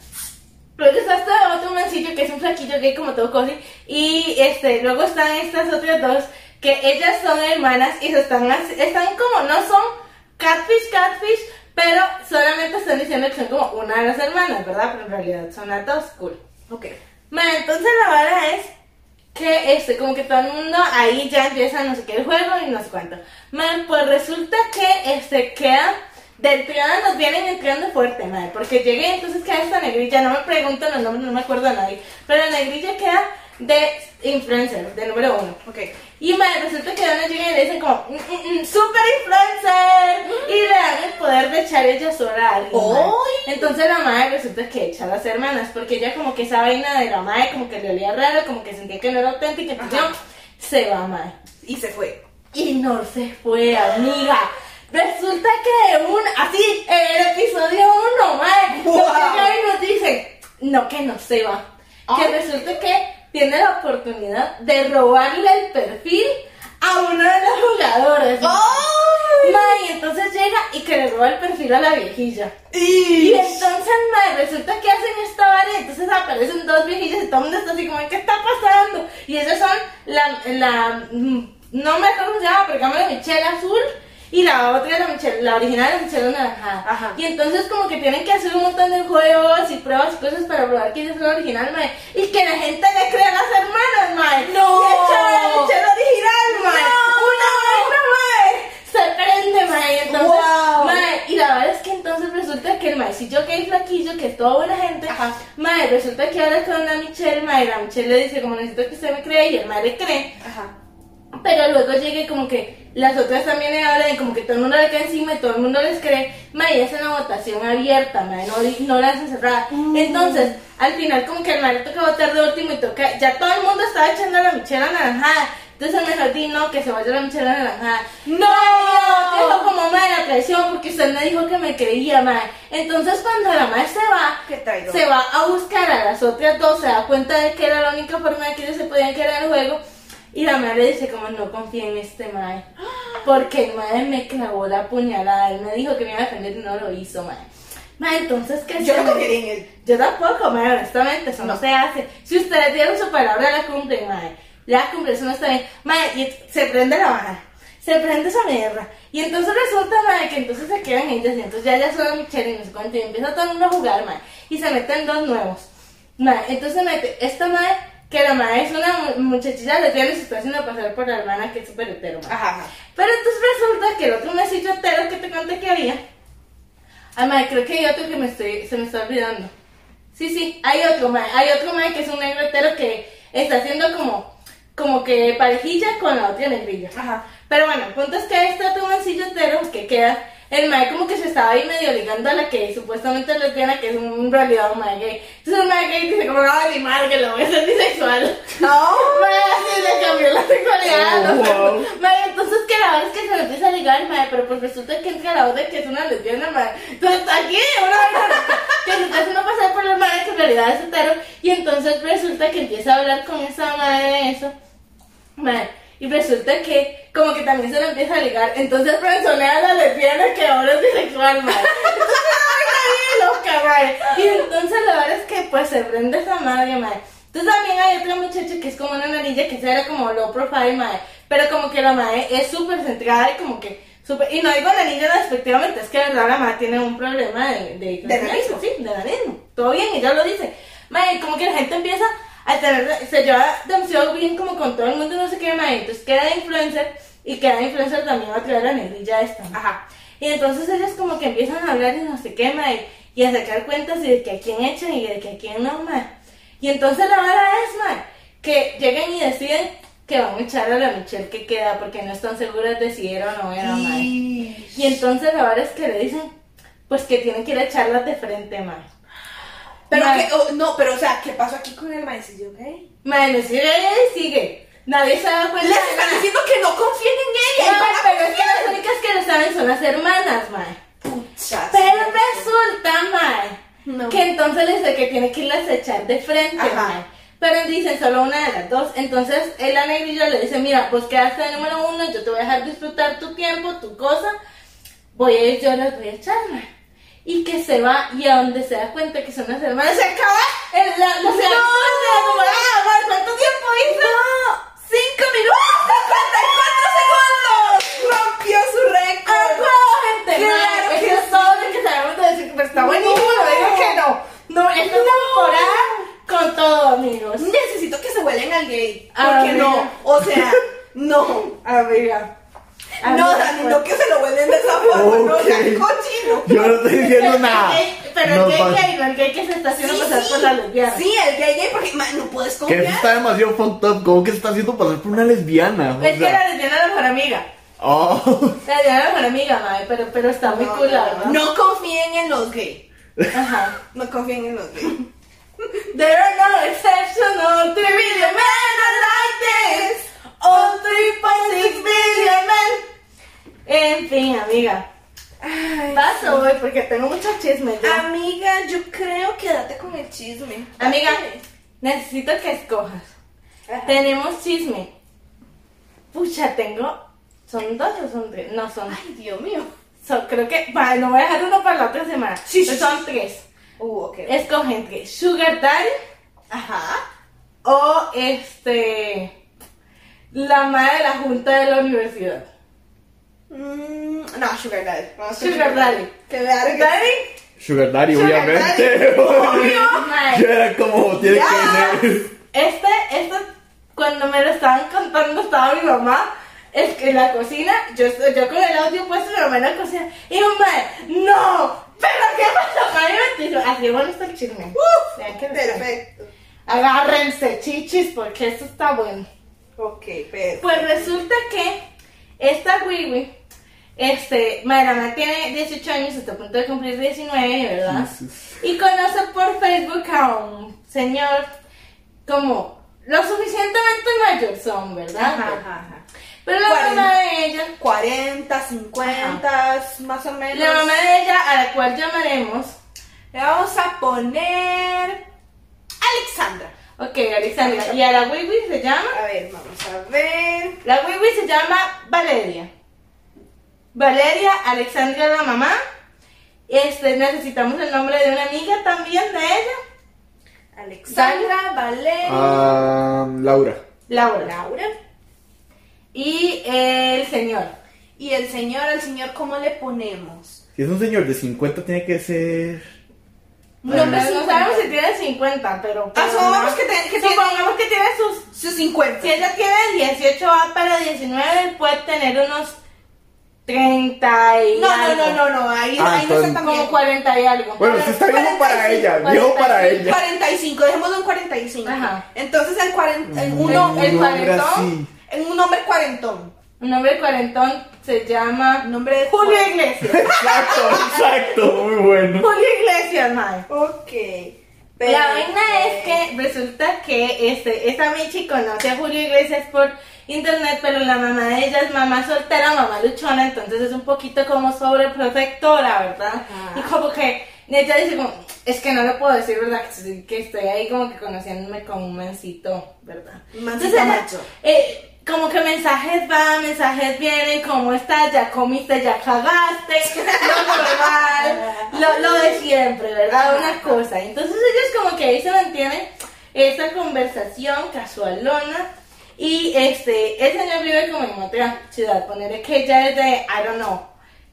Speaker 1: Luego está este otro mancillo que es un flaquillo gay como todo cosi. Y este, luego están estas otras dos que ellas son hermanas y se están, haci- están como, no son catfish, catfish, pero solamente están diciendo que son como una de las hermanas, ¿verdad? Pero en realidad son las dos, cool.
Speaker 2: Ok.
Speaker 1: Ma, entonces la vara es que este, como que todo el mundo ahí ya empieza no sé qué el juego y no sé cuánto. Man, pues resulta que este queda de entrada nos vienen entrando fuerte, madre, porque llegué entonces queda esta negrilla, no me pregunto los nombres, no me acuerdo a nadie, pero la negrilla queda de influencer, de número uno.
Speaker 2: Ok.
Speaker 1: Y madre, resulta que una llegan y le dicen como, "Mm, mm, mm, super influencer, y le dan el poder de echar ella sola a alguien. madre.
Speaker 2: ¡Ay!
Speaker 1: Entonces entonces la madre resulta que echa a las hermanas, porque ella como que esa vaina de la madre como que le olía raro, como que sentía que no era auténtica, entonces
Speaker 2: Ajá.
Speaker 1: no, se va madre.
Speaker 2: Y se fue.
Speaker 1: Y no se fue, amiga. Resulta que de un, así, en el episodio uno, madre,
Speaker 2: Wow.
Speaker 1: nos llega y nos dicen, no, que no se va. Que resulta que tiene la oportunidad de robarle el perfil a una de las jugadoras. Mae, y entonces llega y que le roba el perfil a la viejilla. Y
Speaker 2: Y...
Speaker 1: entonces, madre, resulta que hacen esta vara y entonces aparecen dos viejillas y todo el mundo está así como, ¿qué está pasando? Y ellas son la, la mm, no me acuerdo cómo se llama, pero digamos la Michelle azul y la otra es la Michelle, la original es Michelle naranjada.
Speaker 2: Ajá.
Speaker 1: Y entonces como que tienen que hacer un montón de juegos y pruebas y cosas para probar quién es la original, madre. Y que la gente le crea a las hermanas, madre.
Speaker 2: ¡No!
Speaker 1: Y echan a
Speaker 2: ¡Oh!
Speaker 1: la Michelle original, madre.
Speaker 2: ¡No!
Speaker 1: Una vaina, madre. Se prende, madre. Y entonces,
Speaker 2: ¡Guau!
Speaker 1: mae, y la verdad es que entonces resulta que el maecillo que es flaquillo, que es toda buena gente,
Speaker 2: Ajá.
Speaker 1: mae, resulta que habla con la Michelle, mae, la Michelle le dice como necesito que usted me cree y el mae le cree,
Speaker 2: Ajá.
Speaker 1: pero luego llega y como que las otras también le hablan y como que todo el mundo le cae encima y todo el mundo les cree, mae, y hacen una votación abierta, mae, no, no la hacen cerrada. Entonces, al final como que el mae le toca votar de último y toca, ya todo el mundo estaba echando a la Michelle anaranjada, entonces el mejor di no, que se vaya la Michelle anaranjada.
Speaker 2: ¡No!
Speaker 1: Ay, Dios, como madre la traición porque usted me dijo que me creía, madre. Entonces cuando la madre se va,
Speaker 2: Qué traidor.
Speaker 1: se va a buscar a las otras dos, se da cuenta de que era la única forma de que ellos se podían quedar en el juego. Y la madre le dice como no confía en este madre. Porque el madre me clavó la puñalada, él me dijo que me iba a defender y no lo hizo, madre. Madre, entonces que
Speaker 2: Yo no confiaría en él.
Speaker 1: yo tampoco, madre, honestamente, eso no, se hace. Si ustedes dieron su palabra, la cumplen, madre. La cumplen, eso no está bien. Madre, y se prende la baja. Se prende esa mierda. Y entonces resulta, madre, que entonces se quedan ellas. Y entonces ya ya son Michelle y no sé cuánto. Y empieza todo el mundo a jugar, madre. Y se meten dos nuevos. Madre, entonces mete esta madre, que la madre es una mu- muchachilla lesbiana y se está haciendo pasar por la hermana que es súper hetero, madre.
Speaker 2: Ajá. ajá.
Speaker 1: Pero entonces resulta que el otro mesito hetero que te conté que había. Ah, madre, creo que hay otro que me estoy, se me está olvidando. Sí, sí, hay otro, mae, hay otro mae que es un negro hetero que está haciendo como, como que parejilla con la otra negrilla.
Speaker 2: Ajá.
Speaker 1: Pero bueno, el punto es que este otro mancillo hetero que queda, el mae como que se estaba ahí medio ligando a la que supuestamente es lesbiana, que es un, en realidad un mae gay. Entonces el mae gay dice como, ay, mi madre, que lo voy a hacer bisexual.
Speaker 2: No.
Speaker 1: Mae, así le cambió la sexualidad. ¿no?
Speaker 3: Wow.
Speaker 1: Mae, entonces que la verdad es que se le empieza a ligar, mae, pero pues resulta que entra la otra que es una lesbiana, mae. Entonces aquí, una vaina que se está haciendo pasar por la madre que en realidad es hetero. Y entonces resulta que empieza a hablar con esa madre de eso. Mae, y resulta que como que también se le empieza a ligar. Entonces personea a la lesbiana que ahora es bisexual, mae. Entonces, una vaina bien loca, mae. Y entonces la verdad es que pues se prende esa madre, mae. Entonces también hay otra muchacha que es como una narilla que se era como low profile, mae. Pero como que la madre es súper centrada y como que... súper- Y no digo narilla despectivamente, es que de verdad la madre tiene un problema de... De,
Speaker 2: De nanismo.
Speaker 1: Sí, de nanismo. Todo bien, ella lo dice. Mae, como que la gente empieza a tener, se lleva demasiado bien como con todo el mundo, no sé qué, mae. Entonces queda de influencer y queda de influencer también va a traer a la negrilla esta. mae.
Speaker 2: Ajá.
Speaker 1: Y entonces ellas como que empiezan a hablar y no sé qué, mae, y a sacar cuentas y de que a quién echan y de que a quién no, mae. Y entonces la vara es, mae, que llegan y deciden que van a echar a la Michelle que queda porque no están seguras de si era o no era, mae.
Speaker 2: Y-
Speaker 1: Y entonces la verdad es que le dicen, pues que tienen que ir a echarlas de frente, mae.
Speaker 2: Pero
Speaker 1: Mae.
Speaker 2: que, oh, no, pero o sea, ¿qué pasó aquí con el maecillo gay?
Speaker 1: Mae, le sigue y sigue. Nadie se da cuenta.
Speaker 2: Les están diciendo que no confíen en ella.
Speaker 1: Mae,
Speaker 2: Van a
Speaker 1: pero es que
Speaker 2: confiar.
Speaker 1: las únicas que lo saben son las hermanas, mae.
Speaker 2: Puchas.
Speaker 1: Pero resulta, mae,
Speaker 2: No.
Speaker 1: que entonces les dice que tiene que irlas a echar de frente,
Speaker 2: Ajá.
Speaker 1: mae. Pero dicen solo una de las dos. Entonces el negrilla le dice, mira, pues quedaste de número uno, yo te voy a dejar disfrutar tu tiempo, tu cosa. Voy a ir, yo las voy a echar, mae. Y que se va y a donde se da cuenta que son las hermanas, se acaba el, la, la, no. se da como, ah, mae, ¿cuánto tiempo hizo? Cinco minutos, 54 segundos.
Speaker 2: rompió su récord.
Speaker 1: ¡Ajá, gente!
Speaker 2: Claro
Speaker 1: Claro,
Speaker 2: que
Speaker 1: eso es todo lo que sabemos de decir, pero está buenísimo,
Speaker 2: No.
Speaker 1: no digo que no. No, esta temporada con todo, amigos.
Speaker 2: Necesito que se huelen al gay.
Speaker 1: Ah,
Speaker 2: Porque no,
Speaker 1: mira.
Speaker 2: o sea,
Speaker 1: [LAUGHS]
Speaker 2: no.
Speaker 1: Amiga.
Speaker 2: No, Dani, no que se lo huelen de esa forma, no
Speaker 3: Ok.
Speaker 2: sean cochino.
Speaker 3: [LAUGHS] Yo no estoy diciendo nada.
Speaker 1: Pero
Speaker 3: No
Speaker 1: el gay,
Speaker 3: pasa-
Speaker 1: gay, no el gay que se está haciendo pasar por la lesbiana.
Speaker 2: sí, el gay gay, porque ma, no puedes
Speaker 3: Que eso
Speaker 2: confiar.
Speaker 3: está demasiado fucked up. ¿Cómo que se está haciendo pasar por una lesbiana? O
Speaker 1: Es que
Speaker 3: sea,
Speaker 1: la lesbiana es la mejor amiga.
Speaker 3: oh.
Speaker 1: La lesbiana es la mejor amiga, madre, pero, pero está muy cool, la verdad.
Speaker 2: No confíen en los gay.
Speaker 1: Ajá.
Speaker 2: No confíen en los gays.
Speaker 1: There are no exceptions, no 3 billion men are like this. All 3.6 billion men. En fin, amiga.
Speaker 2: Ay,
Speaker 1: Paso hoy porque tengo mucho chisme. yo.
Speaker 2: Amiga, yo creo que date con el chisme.
Speaker 1: Amiga, necesito que escojas.
Speaker 2: Ajá.
Speaker 1: Tenemos chisme. Pucha, tengo. ¿Son dos o son tres? No, son.
Speaker 2: Ay, Dios mío.
Speaker 1: son- creo que. va, no voy a dejar uno para la otra semana.
Speaker 2: Sí, sí,
Speaker 1: son tres.
Speaker 2: Uh, ok.
Speaker 1: Escoge entre Sugar Daddy
Speaker 2: Ajá.
Speaker 1: o este. La madre de la junta de la universidad.
Speaker 2: Mm, no, Sugar Daddy. Vamos con
Speaker 1: Sugar Daddy.
Speaker 2: Claro que
Speaker 1: Daddy,
Speaker 3: [LAUGHS] Sugar Daddy,
Speaker 2: Sugar
Speaker 3: [LAUGHS] obviamente.
Speaker 1: Mae.
Speaker 3: Yo era como, tiene
Speaker 2: Ya.
Speaker 3: que ser.
Speaker 1: Este, este, cuando me lo estaban contando estaba mi mamá es que en la cocina, yo, estoy- yo con el audio puesto, mi mamá en la cocina, y mi mamá, no, pero ¿qué pasó? Mami me dijo, así bueno está el chisme.
Speaker 2: Uf,
Speaker 1: Vean que
Speaker 2: Perfecto.
Speaker 1: Agárrense, chichis, porque esto está bueno.
Speaker 2: Ok, pero.
Speaker 1: Pues resulta que esta Wiwi, este, Marama tiene 18 años, está a punto de cumplir 19, ¿verdad? Y conoce por Facebook a un señor como lo suficientemente mayor son, ¿verdad?
Speaker 2: Ajá, ajá, ajá.
Speaker 1: Pero la
Speaker 2: Cuarenta.
Speaker 1: mamá de ella,
Speaker 2: 40, 50, más o menos.
Speaker 1: la mamá de ella, a la cual llamaremos,
Speaker 2: Le vamos a poner. Alexandra.
Speaker 1: ok, Alexandra, y a la Wiwi se llama,
Speaker 2: A ver, vamos a ver.
Speaker 1: la Wiwi se llama Valeria. Valeria, Alexandra la mamá, este, necesitamos el nombre de una amiga también de ella,
Speaker 2: Alexandra, Valeria,
Speaker 3: Ah, Laura.
Speaker 1: Laura,
Speaker 2: Laura.
Speaker 1: y el señor.
Speaker 2: Y el señor, al señor, ¿cómo le ponemos?
Speaker 3: Si es un señor de 50, tiene que ser.
Speaker 1: No, no
Speaker 2: cincuenta.
Speaker 1: sabemos si tiene 50, pero...
Speaker 2: Ah, supongamos que te- que tiene-
Speaker 1: supongamos que tiene sus
Speaker 2: Sus 50.
Speaker 1: Si ella tiene 18 va para 19, puede tener unos 30 y
Speaker 2: No, no,
Speaker 1: algo.
Speaker 2: no, no, no, ahí, ahí
Speaker 3: Ah,
Speaker 2: no está
Speaker 3: entonces-
Speaker 2: tan bien.
Speaker 1: Como 40 y algo.
Speaker 3: Bueno, sí está viejo para ella, viejo para ella.
Speaker 2: 45, dejémoslo en 45.
Speaker 1: Ajá.
Speaker 2: Entonces el 40, el
Speaker 3: Mm,
Speaker 2: uno,
Speaker 1: el
Speaker 3: un hombre
Speaker 1: cuarentón.
Speaker 3: así.
Speaker 2: el- un hombre cuarentón.
Speaker 1: Un hombre cuarentón se
Speaker 2: El
Speaker 1: llama
Speaker 2: nombre de
Speaker 1: Julio
Speaker 3: [LAUGHS]
Speaker 1: Iglesias.
Speaker 3: Exacto, exacto, muy bueno.
Speaker 1: Julio Iglesias, madre.
Speaker 2: Ok.
Speaker 1: La vaina es que resulta que este, esta Michi conoce a Julio Iglesias por internet, pero la mamá de ella es mamá soltera, mamá luchona, entonces es un poquito como sobreprotectora, ¿verdad?
Speaker 2: Ajá.
Speaker 1: Y como que ella dice como, es que no lo puedo decir, ¿verdad? Que estoy- Que estoy ahí como que conociéndome con un mancito, ¿verdad?
Speaker 2: Un mancito
Speaker 1: Entonces,
Speaker 2: macho.
Speaker 1: eh, como que mensajes van, mensajes vienen, ¿cómo estás? Ya comiste, ya cagaste, [LAUGHS] lo normal, lo, lo de siempre, ¿verdad? Una cosa. Entonces ellos como que ahí se mantienen esa conversación casualona y este, el señor vive como en otra ciudad, ponerle que ella es de, I don't know.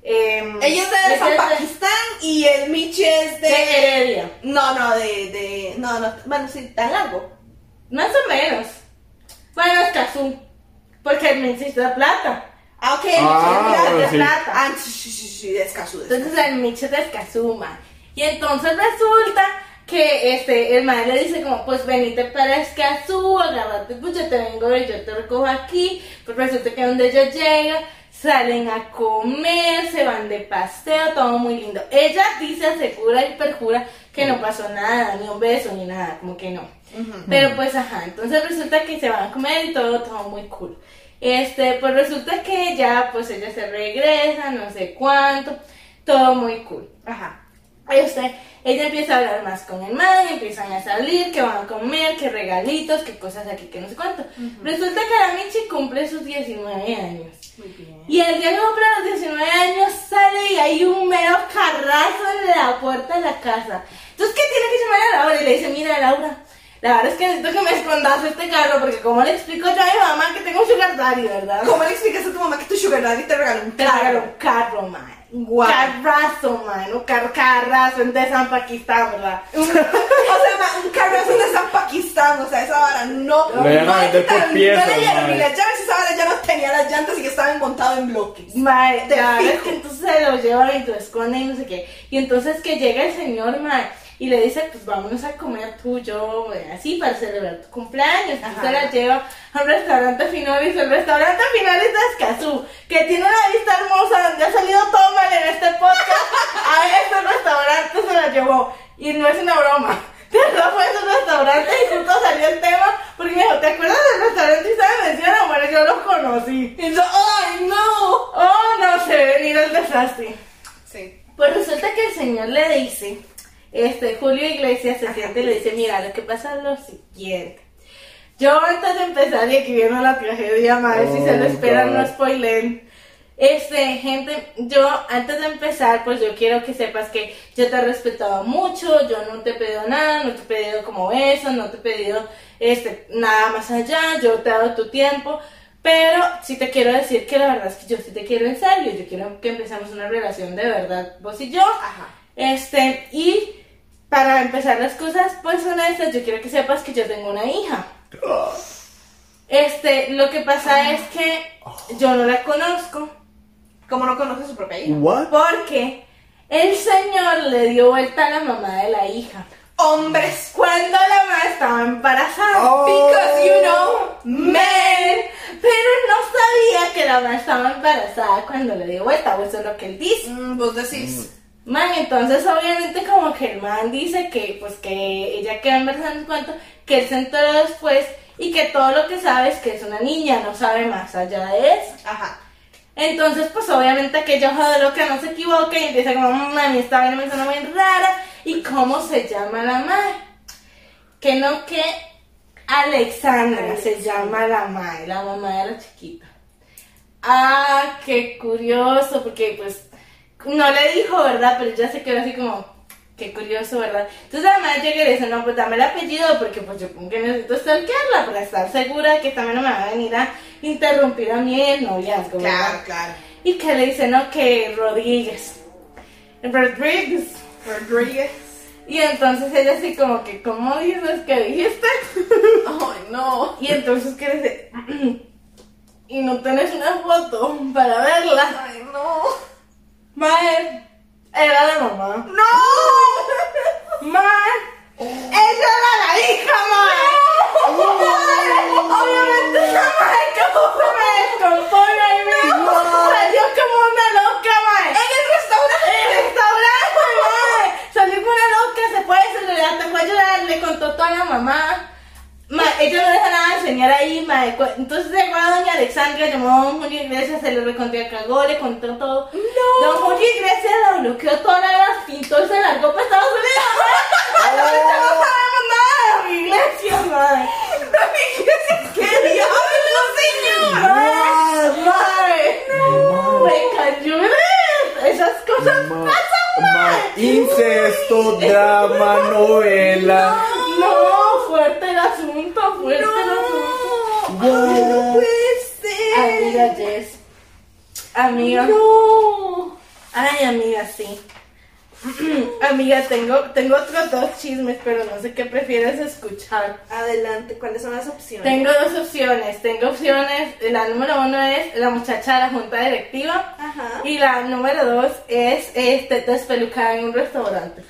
Speaker 1: em,
Speaker 2: Ella es de San Pakistán y el Michi es de...
Speaker 1: de Heredia,
Speaker 2: No, no, de, de... No, no, bueno, sí, tan largo.
Speaker 1: más o menos. Bueno, es Cazú, porque me insiste la plata.
Speaker 2: Ah, ok,
Speaker 3: Ah,
Speaker 2: el Michi
Speaker 3: bueno,
Speaker 2: es de
Speaker 3: sí.
Speaker 2: plata. Ah, sí, sí, sí, sí, de Escazú, de Escazú.
Speaker 1: Entonces el Mitch es de Escazuma. Y entonces resulta que este, el madre le dice como, pues venite para Escazú, agárrate, pues yo te vengo y yo te recojo aquí. Pues resulta que donde ella llega, salen a comer, se van de paseo, todo muy lindo. Ella dice, asegura y perjura que no pasó nada, ni un beso, ni nada, como que no. Pero pues ajá, entonces resulta que se van a comer y todo, todo muy cool. Este, pues resulta que ya, pues ella se regresa, no sé cuánto, todo muy cool.
Speaker 2: Ajá.
Speaker 1: Este, ella empieza a hablar más con el man, empiezan a salir, que van a comer, que regalitos, que cosas aquí, que no sé cuánto. Resulta que la Michi cumple sus 19 años.
Speaker 2: Muy bien.
Speaker 1: Y el día que cumple los 19 años sale y hay un mero carrazo en la puerta de la casa. Entonces, ¿qué tiene que llamar a Laura? Y le dice, mira, Laura, la verdad es que necesito que me escondas este carro porque como le explico yo a mi mamá que tengo un sugar daddy, ¿verdad?
Speaker 2: ¿Cómo le explicas a tu mamá que tu sugar daddy te regaló un
Speaker 1: Te regaló un carro, man.
Speaker 2: Guau.
Speaker 1: Carrazo, man. Un car- carrazo de San Pakistán, ¿verdad?
Speaker 2: Un- o sea, ma, un carrazo de San Pakistán, o sea, esa vara no.
Speaker 3: Lo iban a
Speaker 2: no le
Speaker 3: vender por
Speaker 2: quitaron-
Speaker 3: piezas,
Speaker 2: No le dieron ni
Speaker 3: madre.
Speaker 2: las llaves, esa vara ya no tenía las llantas y que estaba montado en bloques.
Speaker 1: Mae,
Speaker 2: Te
Speaker 1: la verdad es
Speaker 2: fijo.
Speaker 1: que entonces se lo llevan y lo esconden y no sé qué. Y entonces que llega el señor, mae, y le dice, pues vámonos a comer tú, yo, eh, así para celebrar tu cumpleaños.
Speaker 2: Ajá.
Speaker 1: Y se la lleva a un restaurante Finolis, el restaurante Finolis de Escazú, que tiene una vista hermosa donde ha salido todo mal en este podcast. A este restaurante se la llevó y no es una broma. [LAUGHS] De verdad fue a ese restaurante y justo salió el tema porque me dijo, ¿te acuerdas del restaurante? Y se me menciona, bueno, yo lo conocí.
Speaker 2: Y yo, ¡ay, no!
Speaker 1: Oh, no sé venir el desastre.
Speaker 2: Sí.
Speaker 1: Pues resulta que el señor le dice, este, Julio Iglesias se siente y le dice, mira, lo que pasa es lo siguiente. Yo antes de empezar y aquí viendo la tragedia, madre, si se lo
Speaker 3: Oh,
Speaker 1: esperan,
Speaker 3: God.
Speaker 1: no spoilen. Este, gente, yo antes de empezar, pues yo quiero que sepas que yo te he respetado mucho, yo no te he pedido nada, no te he pedido como eso, no te he pedido este, nada más allá, yo te he dado tu tiempo, pero sí te quiero decir que la verdad es que yo sí te quiero en serio, yo quiero que empezamos una relación de verdad, vos y yo.
Speaker 2: Ajá.
Speaker 1: Este, y para empezar las cosas, pues honestas, yo quiero que sepas que yo tengo una hija. Este, lo que pasa es que yo no la conozco
Speaker 2: Como no conoce su propia hija.
Speaker 3: What?
Speaker 1: porque el señor le dio vuelta a la mamá de la hija.
Speaker 2: Hombres.
Speaker 1: Cuando la mamá estaba embarazada.
Speaker 3: Oh.
Speaker 2: Because you know.
Speaker 1: Men, pero no sabía que la mamá estaba embarazada cuando le dio vuelta, o eso es lo que él dice.
Speaker 2: mm, vos decís.
Speaker 1: Man, entonces obviamente como que el man dice que pues que ella queda embarazada en cuanto que él se enteró después y que todo lo que sabe es que es una niña, no sabe más allá de eso.
Speaker 2: Ajá.
Speaker 1: Entonces, pues obviamente que yo joder loca no se equivoque y empieza como, mami, esta vaina me suena bien rara. ¿Y cómo se llama la madre? Que no, que Alexandra se llama la madre, la mamá de la chiquita. Ah, qué curioso, porque pues no le dijo, ¿verdad? Pero ya se quedó así como, qué curioso, ¿verdad? Entonces la madre llega y le dice, no, pues dame el apellido, porque pues yo como que necesito stalkearla para estar segura de que también no me va a venir a interrumpir a mí el noviazgo, ¿verdad?
Speaker 2: Claro, claro.
Speaker 1: Y que le dice, no, que Rodríguez. Rodríguez.
Speaker 2: Rodríguez.
Speaker 1: Y entonces ella así como que, ¿cómo dices que dijiste?
Speaker 2: Ay, no.
Speaker 1: Y entonces que le dice, y no tenés una foto para verla.
Speaker 2: Ay, no.
Speaker 1: Mae, era la mamá.
Speaker 2: ¡No!
Speaker 1: Mae, ella era la hija, mae. Mae, Obviamente esa mae como se me descompone ahí mismo. Salió como una loca, mae.
Speaker 2: ¡En el
Speaker 1: el
Speaker 2: restaurante!
Speaker 1: restaurante, madre. Salió con una loca, se fue, se le se fue a llorar, le contó todo a la mamá. Ma, ella no deja nada de enseñar ahí, madre. Cu- Entonces se fue a doña Alexandra, llamó a don Julio Iglesias, se le recontó a cagó, le contó todo. No. Don Julio Iglesias la bloqueó toda la pintó y se largó para Estados Unidos, madre.
Speaker 2: [LAUGHS] Oh.
Speaker 1: Ahorita no sabemos nada de don Iglesias, madre.
Speaker 2: ¡Qué diablo, señor!
Speaker 1: Madre, madre. Me cayó. Esas cosas
Speaker 3: Ma-
Speaker 1: pasan, madre.
Speaker 3: ma- Incesto, drama, novela.
Speaker 1: No, fuerte el asunto, fuerte el asunto.
Speaker 2: ¡No! ¡No
Speaker 3: Wow.
Speaker 2: puede ser!
Speaker 1: Amiga Jess. Amiga.
Speaker 2: ¡No!
Speaker 1: Ay, amiga, sí. [CLEARS THROAT] amiga, tengo, tengo otros dos chismes, pero no sé qué prefieres escuchar.
Speaker 2: Adelante, ¿cuáles son las opciones?
Speaker 1: Tengo dos opciones. Tengo opciones. La número uno es la muchacha de la junta directiva.
Speaker 2: Ajá.
Speaker 1: Y la número dos es este, despelucada en un restaurante.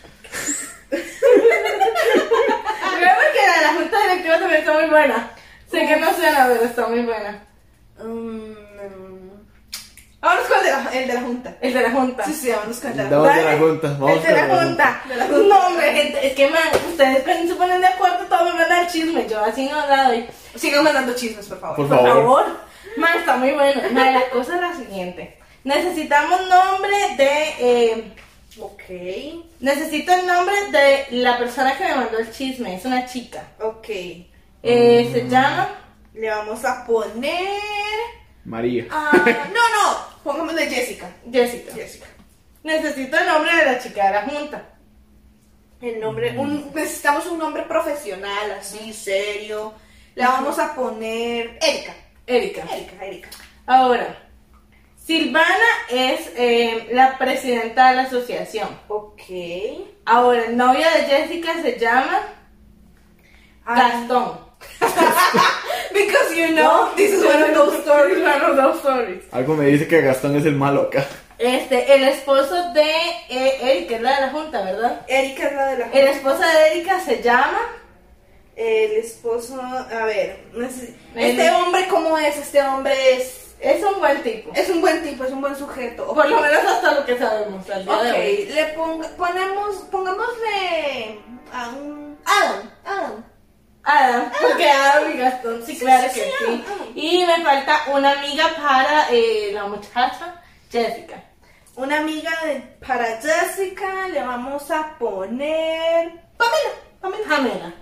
Speaker 1: Creo que la de la junta directiva también está muy buena. Sé que no suena, pero está muy buena.
Speaker 2: Mm, Vámonos con el de la, el de la junta.
Speaker 1: El de la junta.
Speaker 2: Sí, sí, vámonos con el de la junta.
Speaker 3: Vamos de la junta. Vamos
Speaker 1: el de
Speaker 3: con
Speaker 1: la junta.
Speaker 2: De la junta.
Speaker 1: No, hombre, gente, es que man, ustedes cuando se ponen de acuerdo, todo me manda el chisme. Yo así no la doy.
Speaker 2: Sigan mandando chismes, por favor.
Speaker 3: Por
Speaker 1: Por
Speaker 3: favor.
Speaker 1: favor. Man, está muy bueno. Man, la cosa es la siguiente. Necesitamos nombre de... eh,
Speaker 2: Ok,
Speaker 1: Necesito el nombre de la persona que me mandó el chisme. Es una chica.
Speaker 2: ok.
Speaker 1: Eh, Se llama.
Speaker 2: Le vamos a poner.
Speaker 3: María.
Speaker 2: ah, no, no, pongámosle Jessica.
Speaker 1: Jessica.
Speaker 2: Jessica.
Speaker 1: Necesito el nombre de la chica de la junta.
Speaker 2: El nombre,
Speaker 1: Mm.
Speaker 2: un, necesitamos un nombre profesional, así, serio. Le vamos a poner Erika.
Speaker 1: Erika.
Speaker 2: Erika, Erika.
Speaker 1: Ahora, Silvana es eh, la presidenta de la asociación.
Speaker 2: Ok.
Speaker 1: Ahora, el novio de Jessica se llama
Speaker 2: Ay,
Speaker 1: Gastón.
Speaker 2: Because you know, this is one of those stories.
Speaker 1: [LAUGHS] One of those stories.
Speaker 3: Algo me dice que Gastón es el malo acá.
Speaker 1: Este, el esposo de eh, Eric, que es la de la junta, ¿verdad?
Speaker 2: Erika es la de la
Speaker 1: El esposo de Erika se llama.
Speaker 2: El esposo, a ver, no sé-
Speaker 1: El-
Speaker 2: este hombre cómo es, este hombre es,
Speaker 1: Es un buen tipo.
Speaker 2: es un buen tipo, es un buen sujeto.
Speaker 1: Por lo menos hasta lo que sabemos al día
Speaker 2: Ok,
Speaker 1: de hoy.
Speaker 2: le pong- ponemos, pongámosle a un Adam, Adam.
Speaker 1: Adam, porque Adam y Gastón, sí, claro
Speaker 2: sí,
Speaker 1: que
Speaker 2: Ah. sí,
Speaker 1: sí.
Speaker 2: Adam.
Speaker 1: Y me falta una amiga para eh, la muchacha, Jessica.
Speaker 2: Una amiga de, para Jessica le vamos a poner Pamela, Pamela.
Speaker 1: Pamela.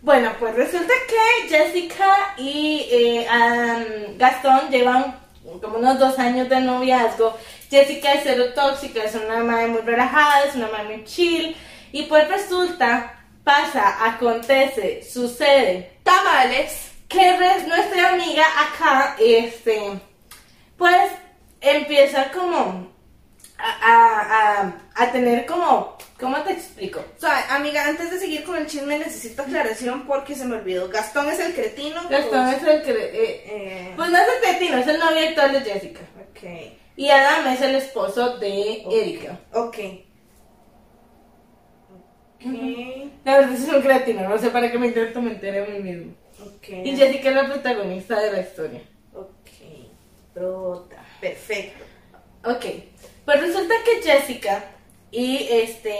Speaker 1: Bueno, pues resulta que Jessica y eh, um, Gastón llevan como unos dos años de noviazgo. Jessica es cero tóxica, es una madre muy relajada, es una madre muy chill. Y pues resulta, pasa, acontece, sucede,
Speaker 2: Tamales.
Speaker 1: que re- nuestra amiga acá, este, pues empieza como a, a- a- a tener como, ¿cómo te explico?
Speaker 2: O sea, amiga, antes de seguir con el chisme necesito aclaración porque se me olvidó. Gastón es el cretino.
Speaker 1: Gastón
Speaker 2: pues,
Speaker 1: es el que... eh,
Speaker 2: eh,
Speaker 1: Pues no es el cretino, es el novio actual de Jessica.
Speaker 2: ok.
Speaker 1: Y Adam es el esposo de Erika.
Speaker 2: Ok. Ok.
Speaker 1: La verdad es un cretino, no sé para qué me intento meter a mí mismo.
Speaker 2: Ok.
Speaker 1: Y Jessica es la protagonista de la historia.
Speaker 2: Ok. Brota. Perfecto.
Speaker 1: Ok, pues resulta que Jessica y este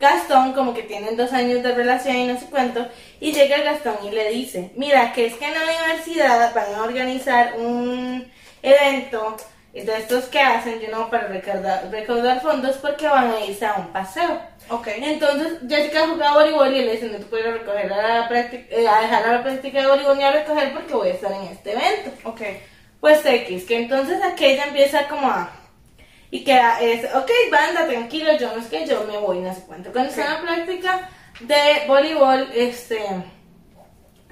Speaker 1: Gastón como que tienen dos años de relación y no sé cuánto, y llega Gastón y le dice, mira, que es que en la universidad van a organizar un evento de estos que hacen, yo no, para recaudar, recaudar fondos porque van a irse a un paseo.
Speaker 2: Ok.
Speaker 1: Entonces Jessica jugaba voleibol y le dice, no te puedo ir a recoger a, la práctica, eh, a dejar a la práctica de voleibol ni a recoger porque voy a estar en este evento.
Speaker 2: Ok.
Speaker 1: Pues X, que entonces aquella empieza como a... Y queda, es, ok, banda, tranquilo, yo no es que yo me voy, no sé cuánto. Cuando está en la práctica de voleibol, este,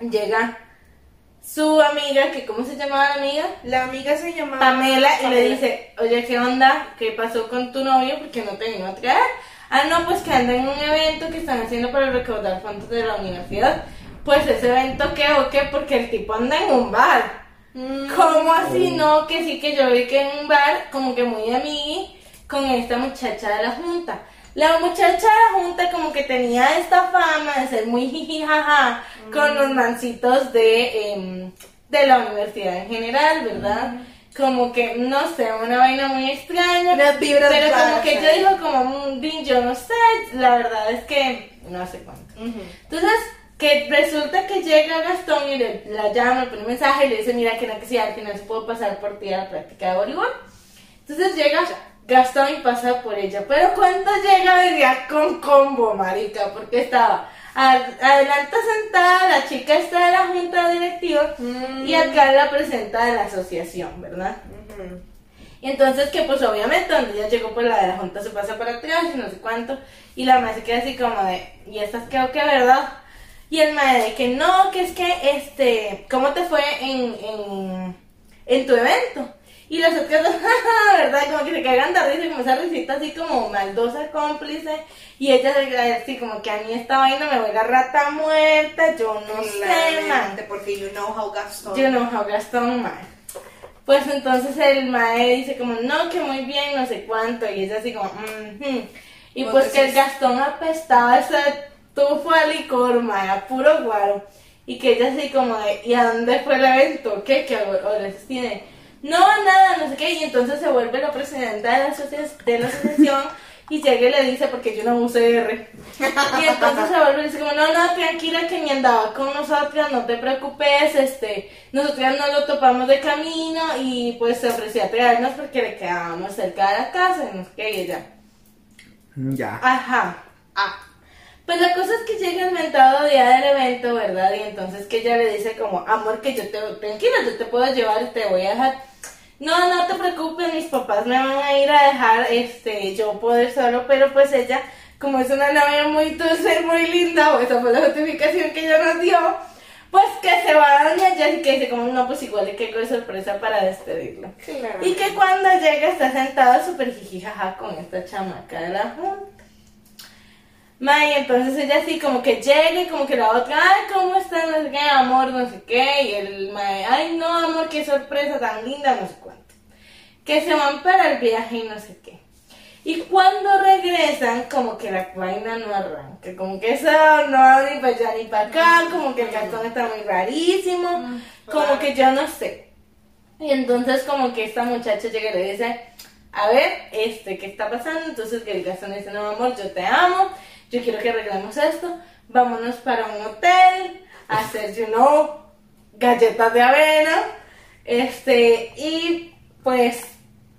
Speaker 1: llega su amiga, que ¿cómo se llamaba la amiga?
Speaker 2: La amiga se llamaba
Speaker 1: Pamela, y le
Speaker 2: Pamela.
Speaker 1: dice, oye, ¿qué onda? ¿Qué pasó con tu novio? Porque no te vino a traer. Ah, no, pues que anda en un evento que están haciendo para recaudar fondos de la universidad. Pues ese evento, ¿qué o qué? Porque el tipo anda en un bar.
Speaker 2: Mm,
Speaker 1: ¿Cómo así no? Que sí que yo vi que en un bar, como que muy amigui, con esta muchacha de la junta. La muchacha de la junta como que tenía esta fama de ser muy jiji jaja con los mancitos de, em, de la universidad en general, ¿verdad? Como que, no sé, una vaina muy extraña.
Speaker 2: Unas vibras
Speaker 1: Pero como
Speaker 2: raras
Speaker 1: que yo
Speaker 2: ahí.
Speaker 1: digo como, "Mm, Din, yo no sé, la verdad es que no sé cuánto.
Speaker 2: ujú.
Speaker 1: Entonces, que resulta que llega Gastón y le, la llama, le pone un mensaje y le dice, mira, que no, que si al final se puedo pasar por ti a la práctica de voleibol. Entonces llega Gastón y pasa por ella. Pero cuando llega venía con combo, marica, porque estaba a- adelante sentada la chica está de la junta directiva
Speaker 2: Mm.
Speaker 1: y acá la presenta de la asociación, ¿verdad?
Speaker 2: Ujú.
Speaker 1: Y entonces que pues obviamente donde ella llegó pues la de la junta se pasa para atrás y no sé cuánto. Y la madre se queda así como de, y estas creo que verdad. Y el madre de que no, que es que este, ¿cómo te fue en, en, en tu evento? Y las otras dos, [LAUGHS] "Ja, ja", ¿verdad? Como que se cagan de risa, como esa risita así como maldosa, cómplice. Y ella se queda así como que a mí esta vaina me huele a rata muerta, yo no sé, man.
Speaker 2: Claramente, porque you know how Gastón.
Speaker 1: Yo no, how Gastón mal. Pues entonces el mae dice como, no, que muy bien, no sé cuánto, y es así como, "Mm, "Ujú". Y
Speaker 2: Vos
Speaker 1: pues que el
Speaker 2: decís.
Speaker 1: Gastón apestaba ese tufo a licor, mae, a puro guaro. Y que ella así como de, ¿y a dónde fue el evento? ¿Qué? ¿Qué horas tiene? No, nada, no sé qué. Y entonces se vuelve la presidenta de la, asocia- de la asociación y llega y le dice, porque yo no usé R. Y entonces se vuelve y dice como, no, no, tranquila que ni andaba con nosotras, no te preocupes, este, nosotras no lo topamos de camino y pues se ofreció a traernos porque le quedábamos cerca de la casa, y no sé qué, y ella.
Speaker 3: Ya.
Speaker 1: Ajá. Ah. Pues la cosa es que llega el mentado día del evento, ¿verdad? Y entonces que ella le dice como, amor, que yo te, tranquila, yo te puedo llevar y te voy a dejar. No, no te preocupes, mis papás me van a ir a dejar, este, yo poder solo, pero pues ella, como es una novia muy dulce, muy linda, o esa fue la justificación que ella nos dio, pues que se va a doña Jessica y dice como, no, pues igual le quedó de sorpresa para despedirla.
Speaker 2: Claro.
Speaker 1: Y que cuando llega está sentada súper jijijaja con esta chamaca de la junta. Ma, y entonces ella así como que llega y como que la otra, ay, ¿cómo estás? No sé qué, amor, no sé qué. Y el mae, ay, no, amor, qué sorpresa tan linda, no sé cuánto. que se van para el viaje y no sé qué. Y cuando regresan, como que la vaina no arranca, como que eso no va ni para allá ni para acá, como que el cartón está muy rarísimo, como que yo no sé. Y entonces como que esta muchacha llega y le dice, a ver, este, ¿qué está pasando? Entonces que el gastón dice, no, amor, yo te amo, yo quiero que arreglemos esto, vámonos para un hotel, a hacer, you know, galletas de avena, este, y pues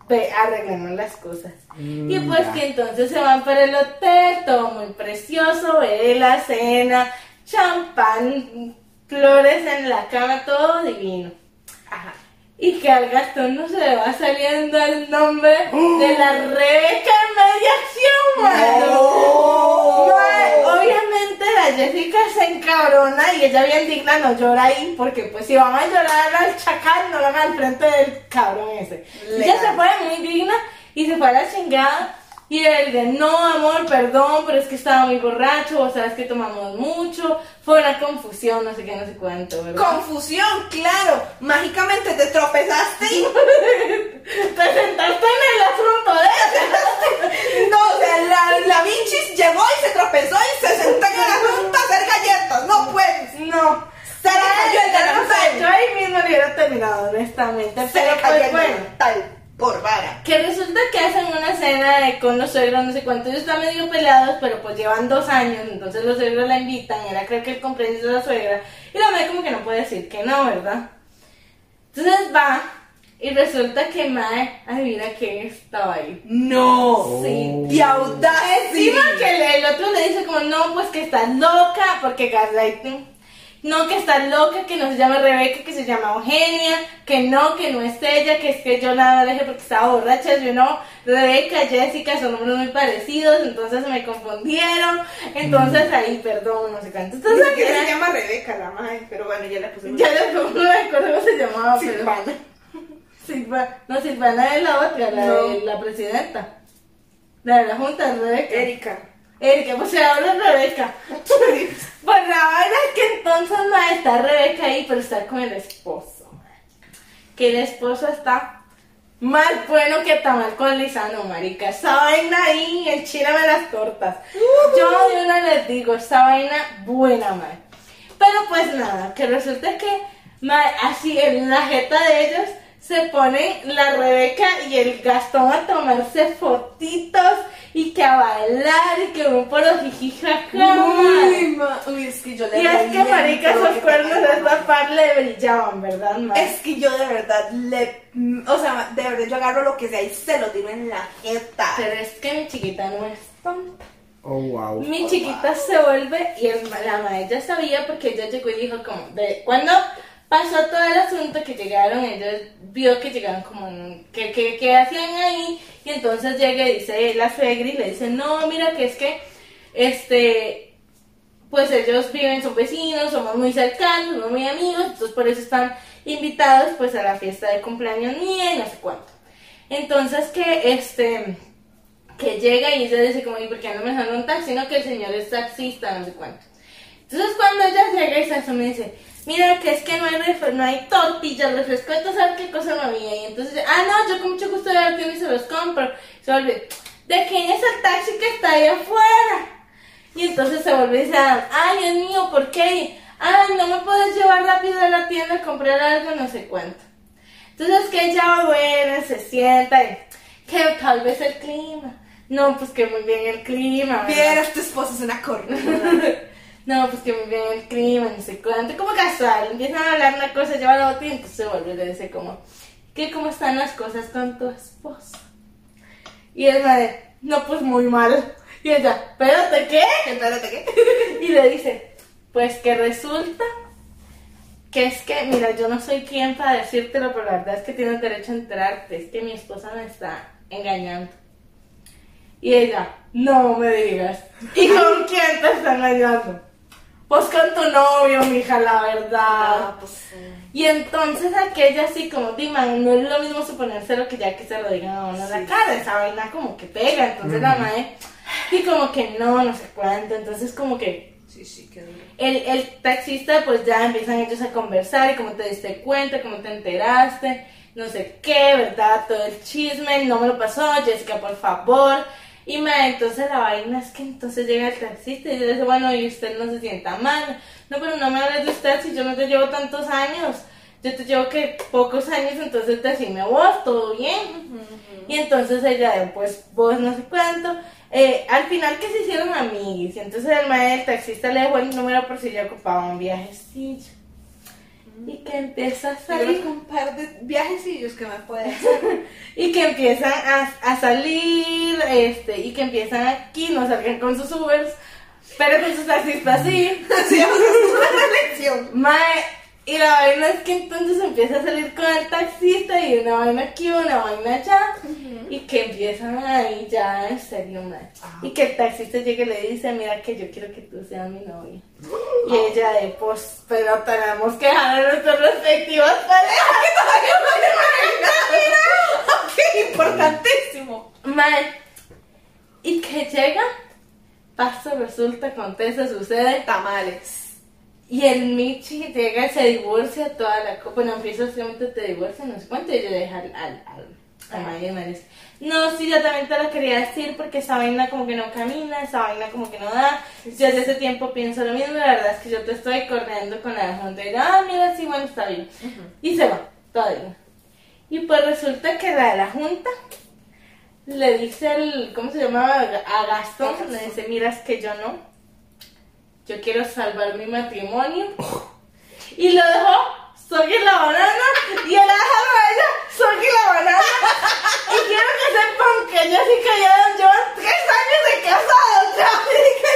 Speaker 1: pe- arreglemos las cosas. y pues
Speaker 3: ya.
Speaker 1: que entonces se van para el hotel, todo muy precioso, vela, cena, champán, flores en la cama, todo divino. Ajá. Y que al Gastón no se le va saliendo el nombre de la Rebeca en media acción, mano. Mae, Obviamente la Jessica se encabrona y ella bien digna no llora ahí porque pues si vamos a llorar al chacal no van al frente del cabrón ese. Ella
Speaker 2: Legal.
Speaker 1: se fue muy digna y se fue a la chingada y él de no amor, perdón, pero es que estaba muy borracho, o sabes que tomamos mucho, fue una confusión, no sé qué, no sé cuánto, ¿verdad?
Speaker 2: Confusión, claro. Mágicamente te tropezaste y
Speaker 1: Te sentaste en el asunto de
Speaker 2: No, o sea, la, la Vinci llegó y se tropezó y se sentó en la junta a hacer galletas. No puedes.
Speaker 1: No.
Speaker 2: Se le cayó el delantal.
Speaker 1: Yo ahí mismo le hubiera terminado, honestamente.
Speaker 2: Se
Speaker 1: Pero
Speaker 2: le cayó
Speaker 1: pues
Speaker 2: el
Speaker 1: bueno.
Speaker 2: delantal por vara.
Speaker 1: Que resulta que hacen una cena de- con los suegros, no sé cuánto, ellos están medio pelados, pero pues llevan dos años, entonces los suegros la invitan, era creo que el cumpleaños de la suegra, y la madre como que no puede decir que no, ¿verdad? Entonces va, y resulta que madre, ay mira que estaba ahí.
Speaker 2: No.
Speaker 1: Sí.
Speaker 2: De
Speaker 1: Encima
Speaker 2: audacia.
Speaker 1: que el, el otro le dice como, no, pues que estás loca, porque gaslighting. No, que estás loca, que no se llama Rebeca, que se llama Eugenia, que no, que no es ella, que es que yo la dejé porque estaba borracha, yo no, Rebeca, Jessica, son nombres muy parecidos, entonces me confundieron, entonces
Speaker 2: Mm.
Speaker 1: ahí, perdón, no sé cuánto. Entonces, al final,
Speaker 2: llama Rebeca la madre, pero bueno, ya la pusimos.
Speaker 1: ya les no me acuerdo cómo se llamaba, pero-
Speaker 2: Silvana.
Speaker 1: Silva- no, Silvana es la otra, la,
Speaker 2: No.
Speaker 1: de la presidenta, la de la junta, Rebeca.
Speaker 2: Erika.
Speaker 1: Erika, pues se habla Rebeca. [LAUGHS] Bueno, Pues la verdad es que entonces ma, está Rebeca ahí, pero está con el esposo. ma. Que el esposo está más bueno que tamal con lisano, marica. Esa vaina ahí, enchírame las tortas. Yo de una les digo, esa vaina buena, madre. Pero pues nada, que resulta que ma, así en la jeta de ellos se ponen la Rebeca y el Gastón a tomarse fotitos y que a bailar y que un poro jijijaja. mae.
Speaker 2: Uy, ma- uy, es que yo le
Speaker 1: Y es que
Speaker 2: reviento,
Speaker 1: marica esos
Speaker 2: que-
Speaker 1: cuernos de esta par le brillaban, ¿verdad, madre?
Speaker 2: Es que yo de verdad le. mm, O sea, de verdad yo agarro lo que sea y se lo tiro en la jeta.
Speaker 1: Pero es que mi chiquita no es tonta.
Speaker 3: Oh, wow.
Speaker 1: Mi chiquita se vuelve y el ma- la madre ya sabía porque ella llegó y dijo como, de, cuando pasó todo el asunto que llegaron, ella vio que llegaron como, en- que, que, que hacían ahí y entonces llega y dice la suegra y le dice, no, mira que es que, este, pues ellos viven, son vecinos, somos muy cercanos, somos muy amigos, entonces por eso están invitados pues a la fiesta de cumpleaños mía y no sé cuánto. Entonces que este que llega y ella dice como, ¿y por qué no me dejaron un taxi? No, que el señor es taxista, no sé cuánto. Entonces cuando ella llega y se asoma y dice, mira que es que no hay, ref- no hay tortillas, refresco, entonces sabes qué cosa no había. Y entonces, ah, no, yo con mucho gusto ya tiene y se los compro. Se vuelve, ¿de quién es el taxi que está ahí afuera? Y entonces se vuelve y dice, ay, Dios mío, ¿por qué? Ay, no me puedes llevar rápido a la tienda a comprar algo, no sé cuánto. Entonces que ella bueno, se sienta y que tal vez el clima. No, pues que muy bien el clima. ¿verdad?
Speaker 2: Vieras, tu esposa es una cornuda. [LAUGHS]
Speaker 1: No, pues que me ven el clima, no sé cuánto, como casual, empiezan a hablar una cosa, lleva la otra y entonces se vuelve y le dice como, ¿qué cómo están las cosas con tu esposo? Y él madre, no, pues muy mal. Y ella, espérate, ¿qué?
Speaker 2: Espérate, ¿qué?
Speaker 1: Y le dice, pues que resulta que es que, mira, yo no soy quien para decírtelo, pero la verdad es que tienes derecho a enterarte, es que mi esposa me está engañando. Y ella, no me digas. ¿Y con quién te está engañando? Pues con tu novio, mija, la verdad.
Speaker 2: Ah, pues. sí.
Speaker 1: Y entonces aquella así como, Dima, no es lo mismo suponérselo que ya que se lo digan a uno en la cara, esa vaina como que pega, entonces la madre, y como que no, no sé cuánto, entonces como que
Speaker 2: Sí, sí, qué duro.
Speaker 1: el, el taxista, pues ya empiezan ellos a conversar y cómo te diste cuenta, cómo te enteraste. no sé qué, ¿verdad? Todo el chisme, no me lo pasó, Jessica, por favor. Y me, entonces la vaina es que entonces llega el taxista y dice, bueno, y usted no se sienta mal. No, pero no me hables de usted si yo no te llevo tantos años. Yo te llevo que pocos años, entonces decime vos, todo bien. Y entonces ella, pues vos no sé cuánto. Eh, al final que se hicieron amigos. Y entonces el maestro, del taxista le dejó el número por si ella ocupaba un viajecillo. Y que empieza a
Speaker 2: Yo creo
Speaker 1: salir
Speaker 2: que un par de viajecillos que me puede [LAUGHS]
Speaker 1: y que empiezan a, a salir, este, y que empiezan aquí, no salgan con sus Ubers, pero con sus taxistas sí.
Speaker 2: Hacíamos una reflexión.
Speaker 1: Mae, y la vaina es que entonces empieza a salir con el taxista y una vaina aquí, una vaina allá, y que empiezan ahí ya, en serio, mae. Y que el taxista llega y le dice, mira que yo quiero que tú seas mi novia. Y ella de, pues, pero tenemos que dejar a nuestras respectivas parejas.
Speaker 2: Ok, importantísimo.
Speaker 1: Mae, y que llega, pasa, resulta, acontece, sucede.
Speaker 2: Tamales.
Speaker 1: Y el Michi llega y se divorcia toda la cosa. Bueno, empieza solamente te divorcia, no sé cuánto. Y yo deja al, al, al a Mario y me dice, No, sí, yo también te lo quería decir porque esa vaina como que no camina, esa vaina como que no da. Yo desde ese tiempo pienso lo mismo. La verdad es que yo te estoy corriendo con la gente. Ah, mira, sí, bueno, está bien. Y se va, todavía. Y pues resulta que la de la junta le dice el, ¿cómo se llamaba? A Gastón, le dice, mira, es que yo no. Yo quiero salvar mi matrimonio. Y lo dejó, soy la banana. Y él la dejó a ella, soy la banana. Y quiero que sepan que Jessica y Adam llevan tres años de casados. [LAUGHS]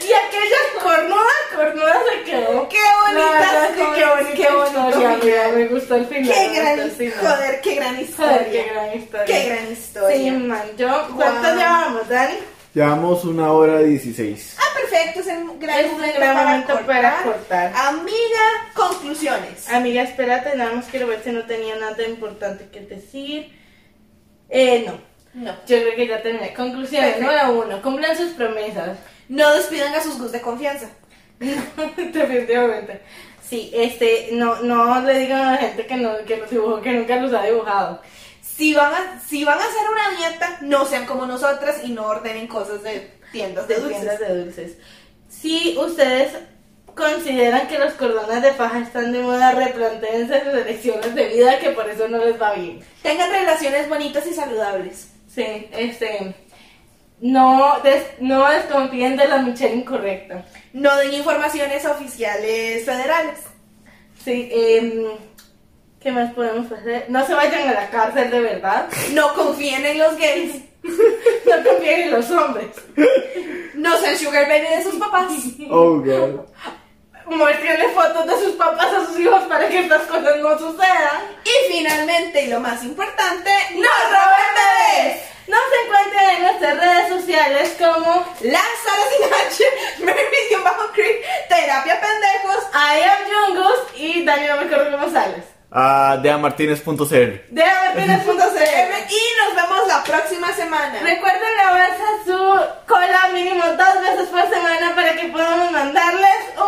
Speaker 1: ya. Y aquella cornuda, cornuda se quedó.
Speaker 2: Qué
Speaker 1: La verdad
Speaker 2: bonita,
Speaker 1: es que qué bonita, qué bonita historia, mira, me gustó el final.
Speaker 2: Qué
Speaker 1: me gustó
Speaker 2: gran
Speaker 1: el
Speaker 2: historia.
Speaker 1: final.
Speaker 2: Joder, qué gran
Speaker 1: Joder, [LAUGHS] qué
Speaker 2: historia.
Speaker 1: gran historia.
Speaker 2: Qué gran
Speaker 1: Sí,
Speaker 2: historia.
Speaker 1: man, yo, ¿cuánto
Speaker 2: Wow.
Speaker 1: llevamos, Dani?
Speaker 3: Llevamos una hora dieciséis.
Speaker 2: Ah, perfecto, es un gran
Speaker 1: Este Es un
Speaker 2: momento,
Speaker 1: gran
Speaker 2: para,
Speaker 1: momento
Speaker 2: cortar.
Speaker 1: para cortar. Ah,
Speaker 2: Amiga, conclusiones.
Speaker 1: Amiga, espérate, nada más quiero ver si no tenía nada importante que decir. Eh, no.
Speaker 2: No.
Speaker 1: Yo creo que ya terminé. Conclusiones,
Speaker 2: Perfecto.
Speaker 1: número uno, cumplan sus promesas. [LAUGHS]
Speaker 2: No despidan a sus gus de confianza.
Speaker 1: Definitivamente. Sí, este, no, no le digan a la gente que no, que los dibujó, que nunca los ha dibujado.
Speaker 2: Si van, a, si van a hacer una dieta, no sean como nosotras y no ordenen cosas de tiendas de
Speaker 1: de
Speaker 2: dulces.
Speaker 1: tiendas de dulces. Si ustedes consideran que los cordones de paja están de moda, replanteense sus elecciones de vida que por eso no les va bien.
Speaker 2: Tengan relaciones bonitas y saludables.
Speaker 1: Sí, este no des- no desconfíen de la michelle incorrecta.
Speaker 2: No den informaciones oficiales federales.
Speaker 1: Sí, em, ¿qué más podemos hacer? No se vayan a la cárcel de verdad.
Speaker 2: No confíen en los gays.
Speaker 1: [LAUGHS] No confíen en los hombres.
Speaker 2: No sean sugar baby de sus papás.
Speaker 3: Oh, God.
Speaker 1: Muéstrenle fotos de sus papás a sus hijos para que estas cosas no sucedan.
Speaker 2: Y finalmente, y lo más importante, no roben
Speaker 1: Robert
Speaker 2: bebés.
Speaker 1: Nos encuentran en nuestras redes sociales como
Speaker 2: Las salas sin [LAUGHS] H, Mary bajo Creek, terapia pendejos.
Speaker 1: I am Jungus y Daniel Mercurio González.
Speaker 3: Ah, deamartinez.cr.
Speaker 1: De Martínez.cr.
Speaker 2: .cr, y nos vemos la próxima semana.
Speaker 1: Recuerden lavarse su cola mínimo dos veces por semana para que podamos mandarles